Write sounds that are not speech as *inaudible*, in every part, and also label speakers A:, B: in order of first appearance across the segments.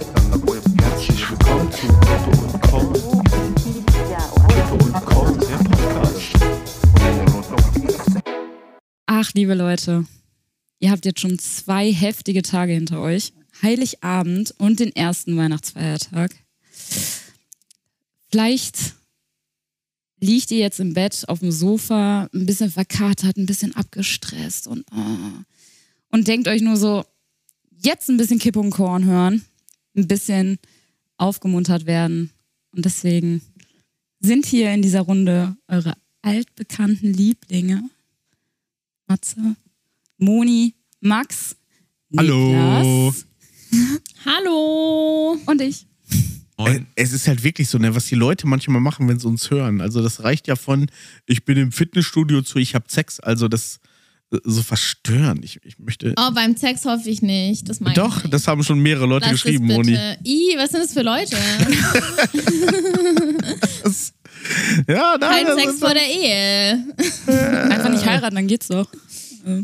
A: Herzlich willkommen zu Pippe und Korn. Pippe und Korn, der Podcast.
B: Ach, liebe Leute, ihr habt jetzt schon zwei heftige Tage hinter euch. Heiligabend und den ersten Weihnachtsfeiertag. Vielleicht liegt ihr jetzt im Bett, auf dem Sofa, ein bisschen verkatert, ein bisschen abgestresst und, oh, und denkt euch nur so, jetzt ein bisschen Kipp und Korn hören, ein bisschen aufgemuntert werden. Und deswegen sind hier in dieser Runde eure altbekannten Lieblinge. Matze, Moni, Max,
C: Hallo.
B: Niklas und ich.
C: Äh, Es ist halt wirklich so, ne, was die Leute manchmal machen, wenn sie uns hören. Also das reicht ja von, ich bin im Fitnessstudio zu, ich hab Sex. Also das äh, so verstören. Ich, ich möchte.
D: Oh, beim Sex hoffe ich nicht. Das meine
C: Doch,
D: ich nicht.
C: das haben schon mehrere Leute
D: Lass
C: geschrieben,
D: das bitte. *laughs*
C: Moni.
D: Ih, was sind das
C: *laughs*
D: für Leute?
C: Ja, nein, also
D: Kein
C: das
D: Sex
C: ist-
D: vor der Ehe.
B: Einfach nicht heiraten, dann geht's doch.
D: *laughs*
B: Äh.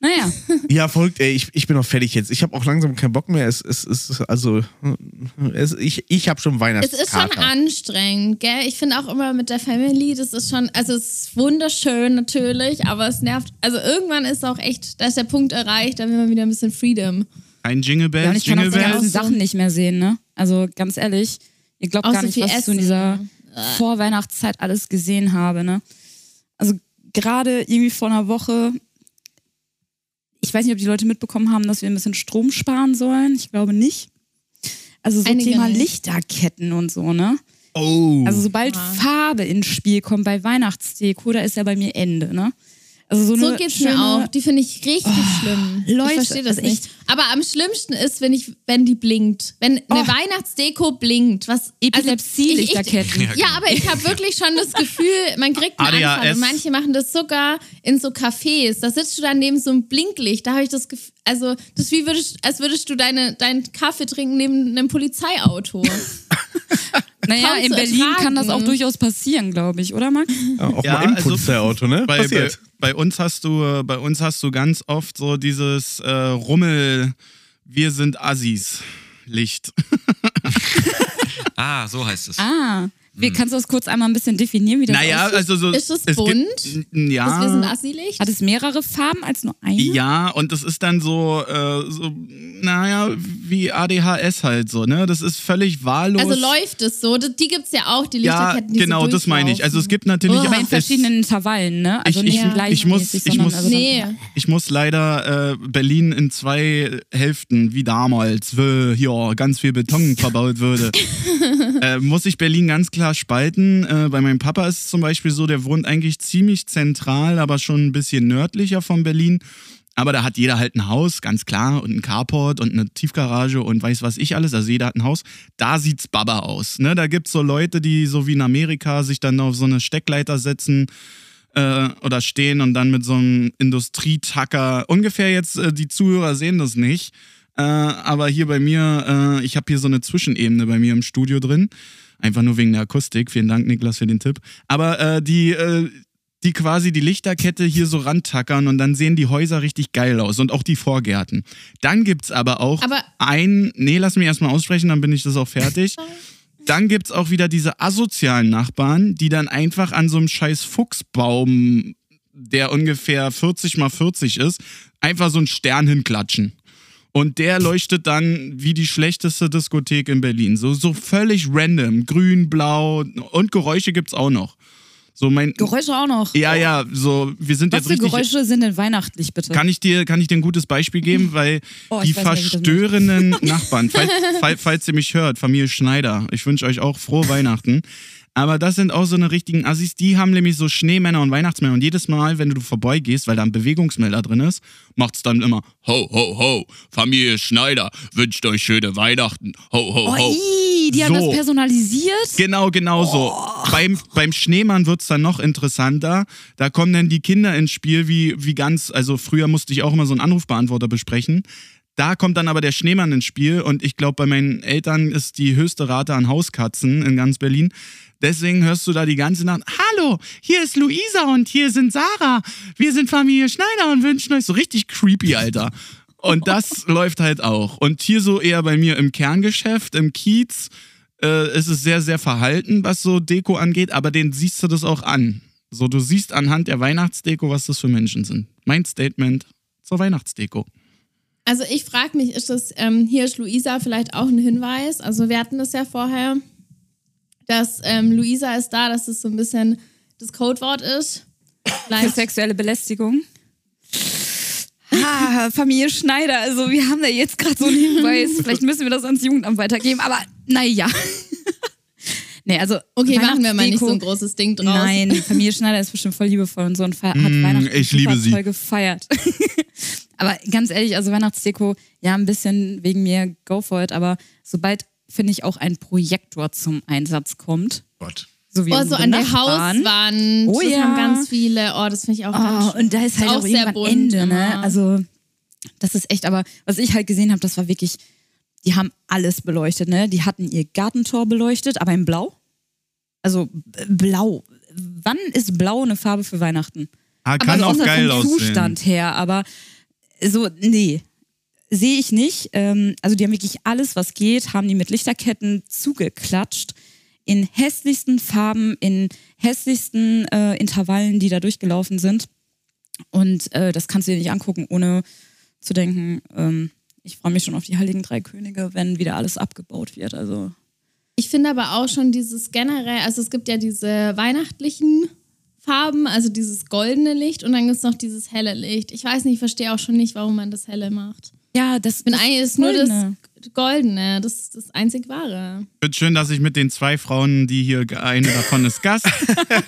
B: Naja,
C: Ja, folgt, ey, ich, ich bin auch fertig jetzt. Ich habe auch langsam keinen Bock mehr. Es es ist, also, es, ich, ich habe schon
D: Es
C: Weihnachtskater.
D: ist schon anstrengend, gell? Ich finde auch immer mit der Family, das ist schon, also es ist wunderschön natürlich, aber es nervt. Also irgendwann ist auch echt, da ist der Punkt erreicht, da will man wieder ein bisschen Freedom.
E: Ein Jingle
B: ja,
E: Bell,
B: und ich kann auch
E: Jingle
B: die
E: Bell.
B: ganzen
D: Bells.
B: Sachen nicht mehr sehen, ne? Also ganz ehrlich, ihr glaubt
D: Auch
B: gar
D: so
B: nicht,
D: viel
B: was ich so in
D: Essen. ne?
B: dieser Vorweihnachtszeit alles gesehen habe, ne? Also gerade irgendwie vor einer Woche, ich weiß nicht, ob die Leute mitbekommen haben, dass wir ein bisschen Strom sparen sollen. Ich glaube nicht. Also so
D: Einige
B: Thema
D: nicht.
B: Lichterketten und so, ne?
C: Oh.
B: Also sobald
D: Ja.
B: Farbe ins Spiel kommt bei Weihnachtsdeko, da ist ja bei mir Ende, ne? Also so,
D: So
B: eine
D: geht's
B: schöne, Oh,
D: mir auch. Die finde ich richtig schlimm.
B: Leute,
D: ich verstehe das
B: also echt.
D: nicht. Aber am schlimmsten ist, wenn ich, wenn die blinkt. Wenn eine
B: Oh.
D: Weihnachtsdeko blinkt. Was also, ich, ich,
B: Epilepsie-Lichterketten.
D: Ja, aber ich
E: genau.
D: habe wirklich schon das Gefühl, man kriegt einen
E: ADHS.
D: Anfall. Und manche machen das sogar in so Cafés. Da sitzt du dann neben so einem Blinklicht. Da habe ich das Gefühl, also das ist wie würdest, als würdest du deine, deinen Kaffee trinken neben einem
B: Ah.
D: Polizeiauto.
B: Naja,
D: kaum
B: in
D: zu
B: Berlin
D: ertragen.
B: kann das auch durchaus passieren, glaube ich, oder Max?
C: ja, auch
E: Ja,
C: mal im
E: also-
C: Polizeiauto, ne?
E: Bei, bei,
C: Passiert.
E: bei uns hast du, äh, bei uns hast du ganz oft so dieses äh, Rummel, wir sind Assis. Licht.
F: Ah, so heißt es.
B: Ah, wie, kannst du das kurz einmal ein bisschen definieren, wie das
E: Mhm. naja,
B: aussieht?
E: also so.
D: Ist es
E: gibt-
D: bunt?
E: N-
D: Das wir sind
E: ja.
D: Assi-Licht.
B: Hat es mehrere Farben als nur eine?
E: Ja, und das ist dann so, äh, so, naja, wie ADHS halt so, ne? Das ist völlig wahllos.
D: Also läuft es so. Das- Die gibt's ja auch, die
E: Ja,
D: Lichterketten, die
E: genau,
D: so Oh,
E: das meine ich. Also es gibt natürlich.
D: Uah.
B: Aber in
E: es-
B: verschiedenen Intervallen, ne? Also
E: Ich-
B: nicht
E: ich-
B: im
E: ich
B: gleichen
E: muss- ich
B: sondern
E: muss-
B: also
D: Nee.
E: Ich muss leider äh, Berlin in zwei Hälften, wie damals, wo hier ganz viel Beton verbaut würde, äh, muss ich Berlin ganz klar spalten. Äh, bei meinem Papa ist es zum Beispiel so, der wohnt eigentlich ziemlich zentral, aber schon ein bisschen nördlicher von Berlin. Aber da hat jeder halt ein Haus, ganz klar, und ein Carport und eine Tiefgarage und weiß was ich alles. Also jeder hat ein Haus. Da sieht's Baba aus. Ne? Da gibt's so Leute, die so wie in Amerika sich dann auf so eine Steckleiter setzen äh, oder stehen und dann mit so einem Industrietacker. Ungefähr jetzt, äh, die Zuhörer sehen das nicht. Äh, aber hier bei mir, äh, ich habe hier so eine Zwischenebene bei mir im Studio drin. Einfach nur wegen der Akustik. Vielen Dank, Niklas, für den Tipp. Aber äh, die, äh, die quasi die Lichterkette hier so rantackern und dann sehen die Häuser richtig geil aus und auch die Vorgärten. Dann gibt's aber auch
D: Aber-
E: ein, nee, lass mich erstmal aussprechen, dann bin ich das auch fertig. Dann gibt's auch wieder diese asozialen Nachbarn, die dann einfach an so einem scheiß Fuchsbaum, der ungefähr 40 mal 40 ist, einfach so einen Stern hinklatschen. Und der leuchtet dann wie die schlechteste Diskothek in Berlin. So, so völlig random. Grün, blau und Geräusche gibt's auch noch. So mein.
B: Geräusche auch noch.
E: ja, ja, so, wir sind
B: Was
E: jetzt
B: für
E: richtig.
B: Geräusche sind denn weihnachtlich, bitte?
E: Kann ich, dir, kann ich dir ein gutes
B: *laughs*
E: Beispiel geben? Weil
B: Oh, ich
E: die
B: weiß nicht, ob ich das *laughs*
E: verstörenden Nachbarn, falls, falls, falls ihr mich hört, Familie Schneider, ich wünsche euch auch frohe Weihnachten. Aber das sind auch so eine richtigen Assis, die haben nämlich so Schneemänner und Weihnachtsmänner. Und jedes Mal, wenn du vorbeigehst, weil da ein Bewegungsmelder drin ist, macht's dann immer Ho, ho, ho, Familie Schneider wünscht euch schöne Weihnachten. Ho, ho,
B: oh,
E: ho.
B: ii, die haben
E: So.
B: das personalisiert?
E: Genau, genau so. Beim, beim Schneemann wird's dann noch interessanter. Da kommen dann die Kinder ins Spiel, wie, wie ganz, also früher musste ich auch immer so einen Anrufbeantworter besprechen. Da kommt dann aber der Schneemann ins Spiel und ich glaube, bei meinen Eltern ist die höchste Rate an Hauskatzen in ganz Berlin. Deswegen hörst du da die ganze Nacht, hallo, hier ist Luisa und hier sind Sarah. Wir sind Familie Schneider und wünschen euch so richtig creepy, Alter. Und das läuft halt auch. Und hier so eher bei mir im Kerngeschäft, im Kiez, äh, ist es sehr, sehr verhalten, was so Deko angeht, aber den siehst du das auch an. So, du siehst anhand der Weihnachtsdeko, was das für Menschen sind. Mein Statement zur Weihnachtsdeko.
D: Also ich frage mich, ist das, ähm, hier ist Luisa vielleicht auch ein Hinweis? Also wir hatten das ja vorher, dass ähm, Luisa ist da, dass es so ein bisschen das Codewort ist.
B: Für
D: Vielleicht,
B: sexuelle Belästigung. Ah, Familie Schneider, also wir haben da jetzt gerade so einen
D: *laughs*
B: Hinweis. Vielleicht müssen wir das ans Jugendamt weitergeben, aber naja. *laughs* nee, also.
D: okay, machen wir mal nicht so ein
B: Weihnachtsdeko-
D: großes Ding draus.
B: Nein, Familie Schneider ist bestimmt voll liebevoll und so und fe- hat
D: Mm,
B: Weihnachten
E: ich
B: super
E: liebe sie.
B: toll gefeiert. *laughs* aber ganz ehrlich, also Weihnachtsdeko, ja, ein bisschen wegen mir, go for it, aber sobald, finde ich, auch ein Projektor zum Einsatz kommt,
C: Gott.
B: so wie
D: Oh, so
B: unsere
D: an der
B: Nachbarn.
D: Hauswand.
B: Oh
D: das
B: ja.
D: haben ganz viele. Oh, das finde ich auch ganz
B: Oh,
D: schön.
B: und da ist halt auch, irgendwann Ende, ne?
D: immer.
B: Also das ist echt, aber was ich halt gesehen habe, das war wirklich, die haben alles beleuchtet, ne? Die hatten ihr Gartentor beleuchtet, aber in blau. Also b- blau. Wann ist blau eine Farbe für Weihnachten?
E: Ah,
B: Aber
E: kann
B: also
E: auch
B: außer
E: geil
B: vom
E: aussehen.
B: Zustand her, aber so, nee. Sehe ich nicht. Ähm, also die haben wirklich alles, was geht, haben die mit Lichterketten zugeklatscht. In hässlichsten Farben, in hässlichsten äh, Intervallen, die da durchgelaufen sind. Und äh, das kannst du dir nicht angucken, ohne zu denken, ähm, ich freue mich schon auf die Heiligen Drei Könige, wenn wieder alles abgebaut wird. Also
D: Ich finde aber auch schon dieses generell, also es gibt ja diese weihnachtlichen Farben, also dieses goldene Licht und dann gibt es noch dieses helle Licht. Ich weiß nicht, ich verstehe auch schon nicht, warum man das helle macht.
B: ja, das,
D: Ich bin
B: das
D: eigentlich ist nur das
B: Goldene.
D: goldene, das ist das einzig wahre.
E: Wird schön, dass ich mit den zwei Frauen, die hier, eine davon
B: *laughs*
E: ist Gast,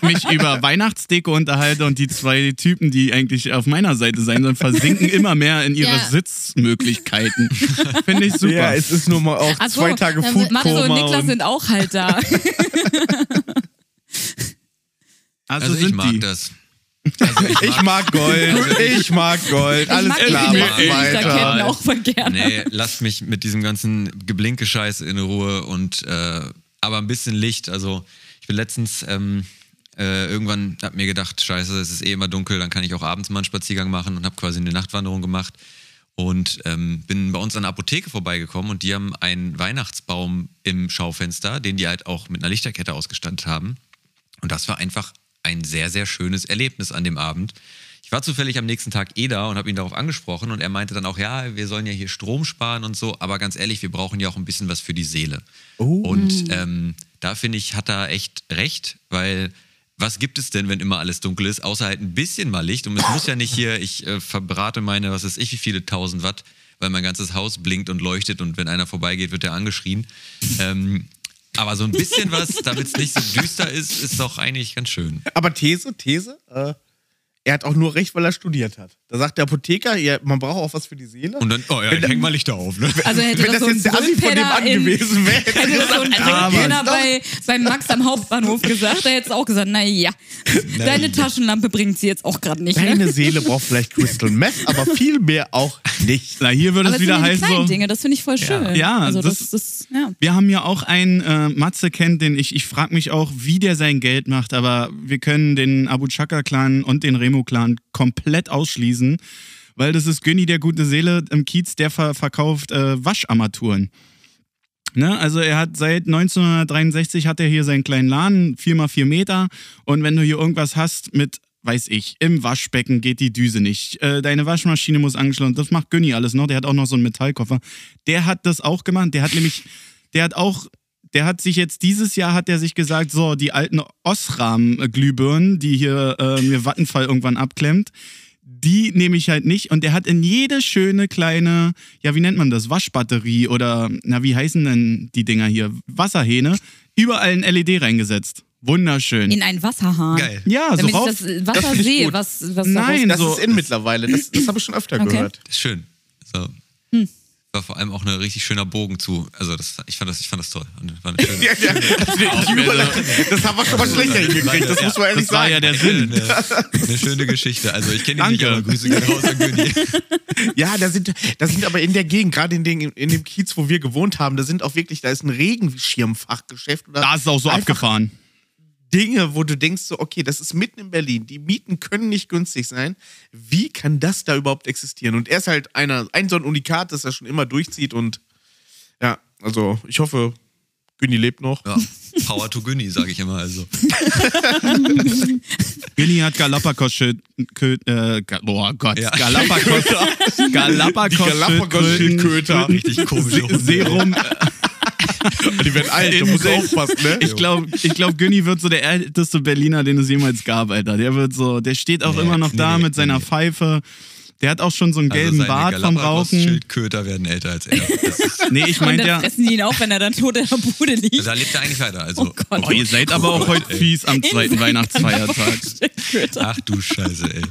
E: mich über Weihnachtsdeko unterhalte und die zwei Typen, die eigentlich auf meiner Seite sein
B: *laughs*
E: sollen, versinken immer mehr in ihre
D: Ja.
E: Sitzmöglichkeiten. Finde ich super.
C: Ja, es ist nur mal auch
B: Ach so,
C: zwei Tage
D: dann wird-
B: Matze und
C: Food-Koma
B: Niklas
C: und
B: sind auch halt da.
E: also
F: Also ich
E: sind
F: mag
E: die.
F: das. Also
C: Ich mag Gold, ich mag Gold, *laughs* alles
B: ich mag
C: klar,
B: die
C: mach weiter.
B: Lichterketten auch voll gerne.
F: *laughs*
C: *laughs*
F: Nee, lasst mich mit diesem ganzen Geblinke-Scheiß in Ruhe und äh, aber ein bisschen Licht. Also ich bin letztens ähm, äh, irgendwann hab mir gedacht, scheiße, es ist eh immer dunkel, dann kann ich auch abends mal einen Spaziergang machen und habe quasi eine Nachtwanderung gemacht und ähm, bin bei uns an der Apotheke vorbeigekommen und die haben einen Weihnachtsbaum im Schaufenster, den die halt auch mit einer Lichterkette ausgestattet haben. Und das war einfach ein sehr, sehr schönes Erlebnis an dem Abend. Ich war zufällig am nächsten Tag eh da und habe ihn darauf angesprochen und er meinte dann auch, ja, wir sollen ja hier Strom sparen und so, aber ganz ehrlich, wir brauchen ja auch ein bisschen was für die Seele. Und ähm, da finde ich, hat er echt recht, weil was gibt es denn, wenn immer alles dunkel ist, außer halt ein bisschen mal Licht? Und es muss ja nicht hier, ich äh, verbrate meine, was weiß ich, wie viele tausend Watt, weil mein ganzes Haus blinkt und leuchtet und wenn einer vorbeigeht, wird er angeschrien. Ähm, aber so ein
E: *laughs*
F: bisschen was, damit es nicht so düster ist, ist doch eigentlich ganz schön.
C: Aber These, These, äh, er hat auch nur recht, weil er studiert hat. Da sagt der Apotheker, ja, man braucht auch was für die Seele.
F: Und dann, oh ja, dann häng mal Lichter auf, ne?
B: Also hätte
C: Wenn das,
B: so ein
C: jetzt der Assi von dem
B: Brillpenner
C: an
B: in-
C: gewesen wäre, *laughs* hätte
B: *laughs* Hätte
C: er
B: das so ein
C: gesagt, ah,
B: Brillpenner
C: Mann,
B: bei, bei Max am Hauptbahnhof gesagt, da hätte es auch gesagt, naja, deine Taschenlampe bringt sie jetzt auch gerade nicht. Ne?
C: Deine Seele braucht vielleicht Crystal Meth, aber viel mehr auch nicht.
E: Na, hier würde
B: Aber das
E: es
B: sind
E: wieder
B: ja die
E: heißen
B: kleinen
E: so.
B: Dinge, das finde ich voll schön.
E: Ja,
B: also das,
E: das-
B: das, ja.
E: Wir haben ja auch einen äh, Matze kennt, den ich, ich frage mich auch, wie der sein Geld macht, aber wir können den Abu Chaka-Clan und den Remo-Clan komplett ausschließen, weil das ist Günni, der gute Seele im Kiez, der ver verkauft äh, Wascharmaturen. Ne? Also er hat seit 1963 hat er hier seinen kleinen Laden, 4x4 Meter. Und wenn du hier irgendwas hast mit, weiß ich, im Waschbecken geht die Düse nicht. Äh, deine Waschmaschine muss angeschlossen. Das macht Günni alles noch. Der hat auch noch so einen Metallkoffer. Der hat das auch gemacht. Der hat nämlich, der hat auch, der hat sich jetzt dieses Jahr hat er sich gesagt, so die alten Osram-Glühbirnen, die hier äh, mir Vattenfall irgendwann abklemmt. Die nehme ich halt nicht. Und der hat in jede schöne kleine, ja, wie nennt man das? Waschbatterie oder, na, wie heißen denn die Dinger hier? Wasserhähne, überall ein LED reingesetzt. Wunderschön.
B: In einen Wasserhahn.
F: Geil.
E: ja, so
B: Damit
E: rauf.
B: ich das Wasser
C: ich
B: sehe,
C: gut.
B: was, was da
E: Nein,
C: Das
E: so,
C: ist in mittlerweile, das, das habe ich schon öfter
B: Okay.
C: gehört.
F: Das ist schön. So.
E: Hm.
F: War vor allem auch ein richtig schöner Bogen zu. Also das, ich, fand das, ich fand das toll. Und war eine schöne,
C: Ja, *laughs* ja, die Überleitung, das haben wir schon mal schlechter hingekriegt, das muss man ehrlich
E: das war
C: sagen.
E: ja der Sinn.
F: eine, eine schöne Geschichte. Also ich kenne ihn nicht,
E: Danke.
F: aber Grüße gehen raus
E: *laughs*
F: an Günni.
C: Ja, da sind, da sind aber in der Gegend, gerade in, den, in dem Kiez, wo wir gewohnt haben, da sind auch wirklich, da ist ein Regenschirmfachgeschäft. Oder
E: Da ist es auch so
C: einfach-
E: abgefahren.
C: Dinge, wo du denkst, so, okay, das ist mitten in Berlin, die Mieten können nicht günstig sein. Wie kann das da überhaupt existieren? Und er ist halt einer, ein so ein Unikat, das er schon immer durchzieht und ja, also ich hoffe, Günni lebt noch.
F: Ja, Power to Günni, sage ich immer. Also.
E: Billy hat Galapagos-Schildkröten. Äh, Ga- oh Gott,
F: Ja. *laughs*
E: Galapagos.
C: Galapagos-Schildkröter.
E: Galapagos-Schildkröten.
F: Richtig komische Hunde.
E: Serum.
C: Die werden alt, da musst du aufpassen, ne?
E: Ich glaube, ich glaub, Günni wird so der älteste Berliner, den es jemals gab, Alter. Der wird so, der steht auch
F: Nee,
E: immer noch da
F: nee,
E: mit seiner
F: nee.
E: Pfeife. Der hat auch schon so einen gelben
F: Also seine
E: Bart vom Rauchen.
F: Galapagos-Schildköter werden älter als er. Das ist,
E: Nee, ich
B: Und
E: meinte
B: dann
E: ja,
B: fressen die ihn auf, wenn er dann tot in der Bude liegt.
F: da lebt er eigentlich weiter. Also.
B: Oh Gott.
E: *laughs* oh, ihr seid aber auch heute fies am zweiten Weihnachtsfeiertag.
B: Weihnachtsfeiertag.
F: Oh, Ach du Scheiße, ey.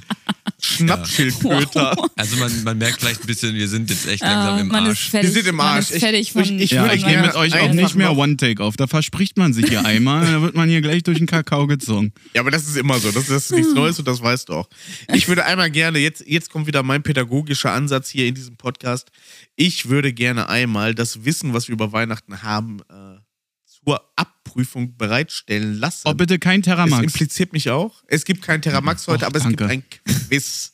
C: Schnappschildkröter.
F: Also man, man merkt vielleicht ein bisschen, wir sind jetzt echt langsam im
B: Ah, man ist
F: Arsch.
B: fertig.
C: Wir sind im
B: Man
C: Arsch.
B: ist
C: Ich-
B: fertig von,
C: ich- ich
E: Ja,
C: würde
E: ich
B: von
E: nehme
C: gerne
E: mit euch auch
C: einfach
E: nicht mehr
C: noch-
E: One-Take auf. Da verspricht man sich hier einmal, da wird man hier gleich durch den Kakao gezogen.
C: Ja, aber das ist immer so. Das, das ist
E: *laughs*
C: nichts Neues und das weißt du auch. Ich würde einmal gerne, jetzt, jetzt kommt wieder mein pädagogischer Ansatz hier in diesem Podcast. Ich würde gerne einmal das Wissen, was wir über Weihnachten haben, äh, zur Abprüfung bereitstellen lassen.
E: Oh, bitte kein
C: es
E: Terramax.
C: impliziert mich auch. Es gibt keinen Terramax heute,
E: Och,
C: aber es
E: danke.
C: gibt ein
E: *laughs*
C: Quiz,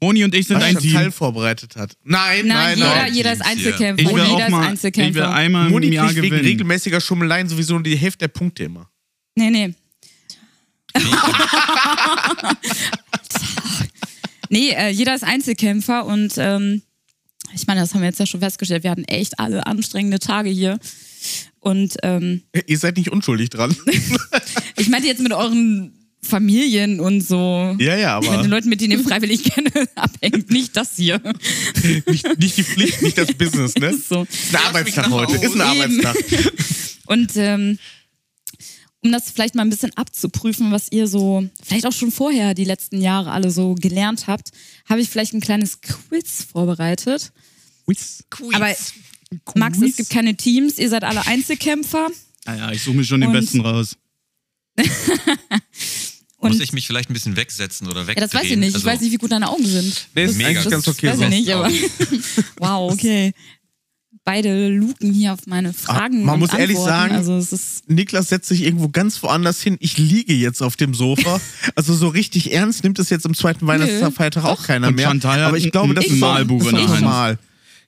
E: Moni und ich sind
C: was
E: ein
C: schon Teil
E: Team.
C: vorbereitet hat. Nein,
B: Nein,
C: nein,
B: jeder,
C: nein.
B: jeder ist
F: Teams hier.
B: Einzelkämpfer.
E: Ich will
B: jeder
E: auch
B: ist
E: mal, ich will
B: Einzelkämpfer.
E: einmal im
C: Moni
E: Jahr
C: kriegt wegen
E: gewinnen.
C: regelmäßiger Schummeleien sowieso nur die Hälfte der Punkte immer.
B: nee, nee. nee, äh, jeder ist Einzelkämpfer und ähm, ich meine, das haben wir jetzt ja schon festgestellt. Wir hatten echt alle anstrengende Tage hier. Und ähm,
C: Ihr seid nicht unschuldig
E: *laughs*
C: dran.
B: ich meinte jetzt mit euren Familien und so.
C: ja, ja,
B: Mit den
C: aber
B: Leuten, mit denen ihr freiwillig *laughs* gerne abhängt, nicht das hier. *laughs*
C: nicht, nicht die Pflicht, nicht das Business, ne?
B: Ist so.
C: Ist ein Arbeitstag
F: mich noch mal
C: heute.
F: aus.
C: Ist ein
B: Eben.
C: Arbeitstag.
B: *laughs* Und ähm, um das vielleicht mal ein bisschen abzuprüfen, was ihr so, vielleicht auch schon vorher die letzten Jahre alle so gelernt habt, habe ich vielleicht ein kleines Quiz vorbereitet. Aber Max, es gibt keine Teams, ihr seid alle Einzelkämpfer.
E: Ah ja, ich suche mir schon den
B: Und-
E: Besten raus.
B: Und
F: Muss ich mich vielleicht ein bisschen wegsetzen oder Also weg?
B: ja, das weiß ich nicht. Ich weiß nicht, wie gut deine Augen sind.
C: Also Nee, ist
F: Mega.
C: eigentlich ganz okay
B: weiß
C: so.
B: ich nicht, aber *laughs* wow, okay. Beide luken hier auf meine Fragen.
C: Ah, man
B: und
C: muss ehrlich
B: Antworten.
C: sagen,
B: also es ist
C: Niklas setzt sich irgendwo ganz woanders hin. Ich liege jetzt auf dem
B: *laughs*
C: Sofa. Also so richtig ernst nimmt es jetzt am zweiten Weihnachtsfeiertag auch keiner
E: Und
C: mehr.
E: Chantal hat
C: aber ich
E: ein-
C: glaube, das
E: ein
C: ist
E: Malbuch
C: das
E: in der
C: ist
E: Hand.
C: normal.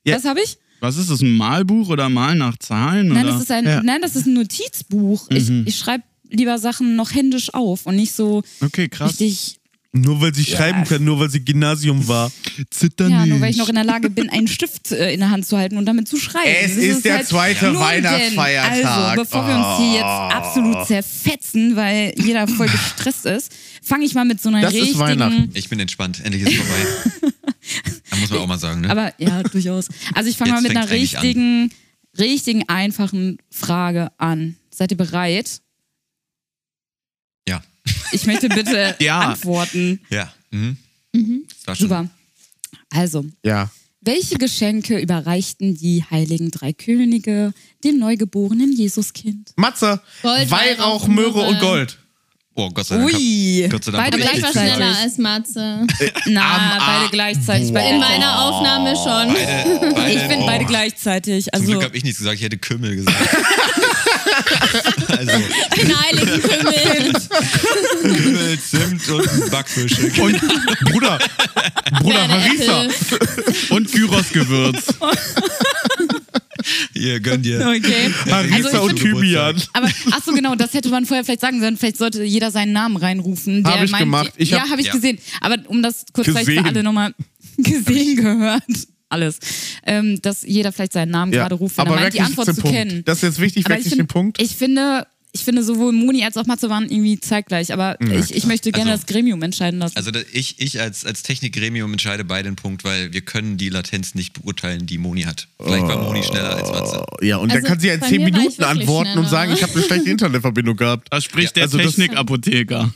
C: Ja.
B: das habe ich.
E: Was ist das, ein Malbuch oder Mal nach Zahlen?
B: Nein,
E: oder?
B: das ist ein,
C: Ja. Mhm.
B: nein, das ist ein Notizbuch. Ich, ich schreibe lieber Sachen noch händisch auf und nicht so
E: okay, krass.
B: richtig,
C: Nur weil sie schreiben kann, nur weil sie Gymnasium war.
E: Zittern
C: Oh,
B: ja, nur weil ich
E: nicht.
B: noch in der Lage bin, einen Stift äh, in der Hand zu halten und damit zu schreiben.
C: Es
B: Das
C: ist der zweite
B: Nun denn,
C: Weihnachtsfeiertag. Oh.
B: Also, bevor wir uns hier jetzt absolut zerfetzen, weil jeder voll gestresst ist, fange ich mal mit so einer
C: Das ist
B: richtigen...
C: Weihnachten.
F: Ich bin entspannt. Endlich ist es vorbei.
B: *laughs*
F: da muss man auch mal sagen, ne?
B: Aber
F: *laughs*
B: ja, durchaus. Also ich fange mal
F: Jetzt
B: mit einer
F: fängt's eigentlich
B: richtigen, richtigen, einfachen Frage an. Seid ihr bereit?
F: ja.
B: Ich möchte
F: *laughs*
B: bitte
E: Ja.
B: antworten.
F: Ja. Mhm. Das war schon
B: Super. Also,
C: Ja.
B: welche Geschenke überreichten die heiligen drei Könige dem neugeborenen Jesuskind?
C: Matze, Weihrauch,
D: Gold, Weihrauch,
C: Möhre und
D: Möhre.
C: Gold.
F: Oh, Gott sei Dank.
B: Ui!
F: Gott sei Dank
B: Beide
F: hab
D: Aber ich war
B: gleichzeitig.
D: schneller als Matze.
B: Na, beide gleichzeitig. Beide
D: In meiner Aufnahme schon.
F: Beide, beide, Oh.
B: ich bin beide gleichzeitig.
F: Zum
B: Also,
F: Glück habe ich nichts gesagt, ich hätte
B: *laughs*
F: Kümmel gesagt. also,
D: Den heiligen
F: *laughs*
D: Kümmel.
F: Kümmel,
C: *laughs*
F: Zimt und Backfische.
C: Und Bruder, Bruder
D: Kleine
C: Harissa.
D: Äpfel.
E: Und
B: Also
E: Gyrosgewürz.
F: Ihr gönnt ihr.
B: okay.
C: Harissa
B: Also ich
C: und
B: find-
C: Thymian.
B: Aber, ach so, genau, das hätte man vorher vielleicht sagen sollen. Vielleicht sollte jeder seinen Namen reinrufen. der
C: Hab ich
B: meint-
C: gemacht. Ich
B: ja,
C: hab-
B: habe ich
F: ja.
B: gesehen. Aber um das kurz vielleicht
C: Gesehen.
B: für alle nochmal gesehen, gehört, alles. Ähm, dass jeder vielleicht seinen Namen
C: Ja.
B: gerade ruft, wenn er meint, die
C: wirklich
B: Antwort
C: den
B: zu
C: Punkt.
B: kennen.
C: Das ist jetzt wichtig,
B: Aber ich,
C: wirklich
B: find-
C: den Punkt.
B: ich finde, ich finde sowohl Moni als auch Matze waren irgendwie zeitgleich, aber ich, ich möchte gerne
F: Also-
B: das Gremium entscheiden lassen.
F: Also da- ich, ich als, als Technikgremium entscheide bei den Punkt, weil wir können die Latenz nicht beurteilen, die Moni hat. Vielleicht war Moni schneller als Matze.
C: Ja, und dann
D: Also,
C: kann sie ja in
D: bei
C: 10
D: mir war ich
C: Minuten
D: wirklich
C: antworten und
D: schneller.
C: sagen, ich habe eine schlechte Internetverbindung gehabt.
E: Da spricht der
C: also das-
E: Technikapotheker.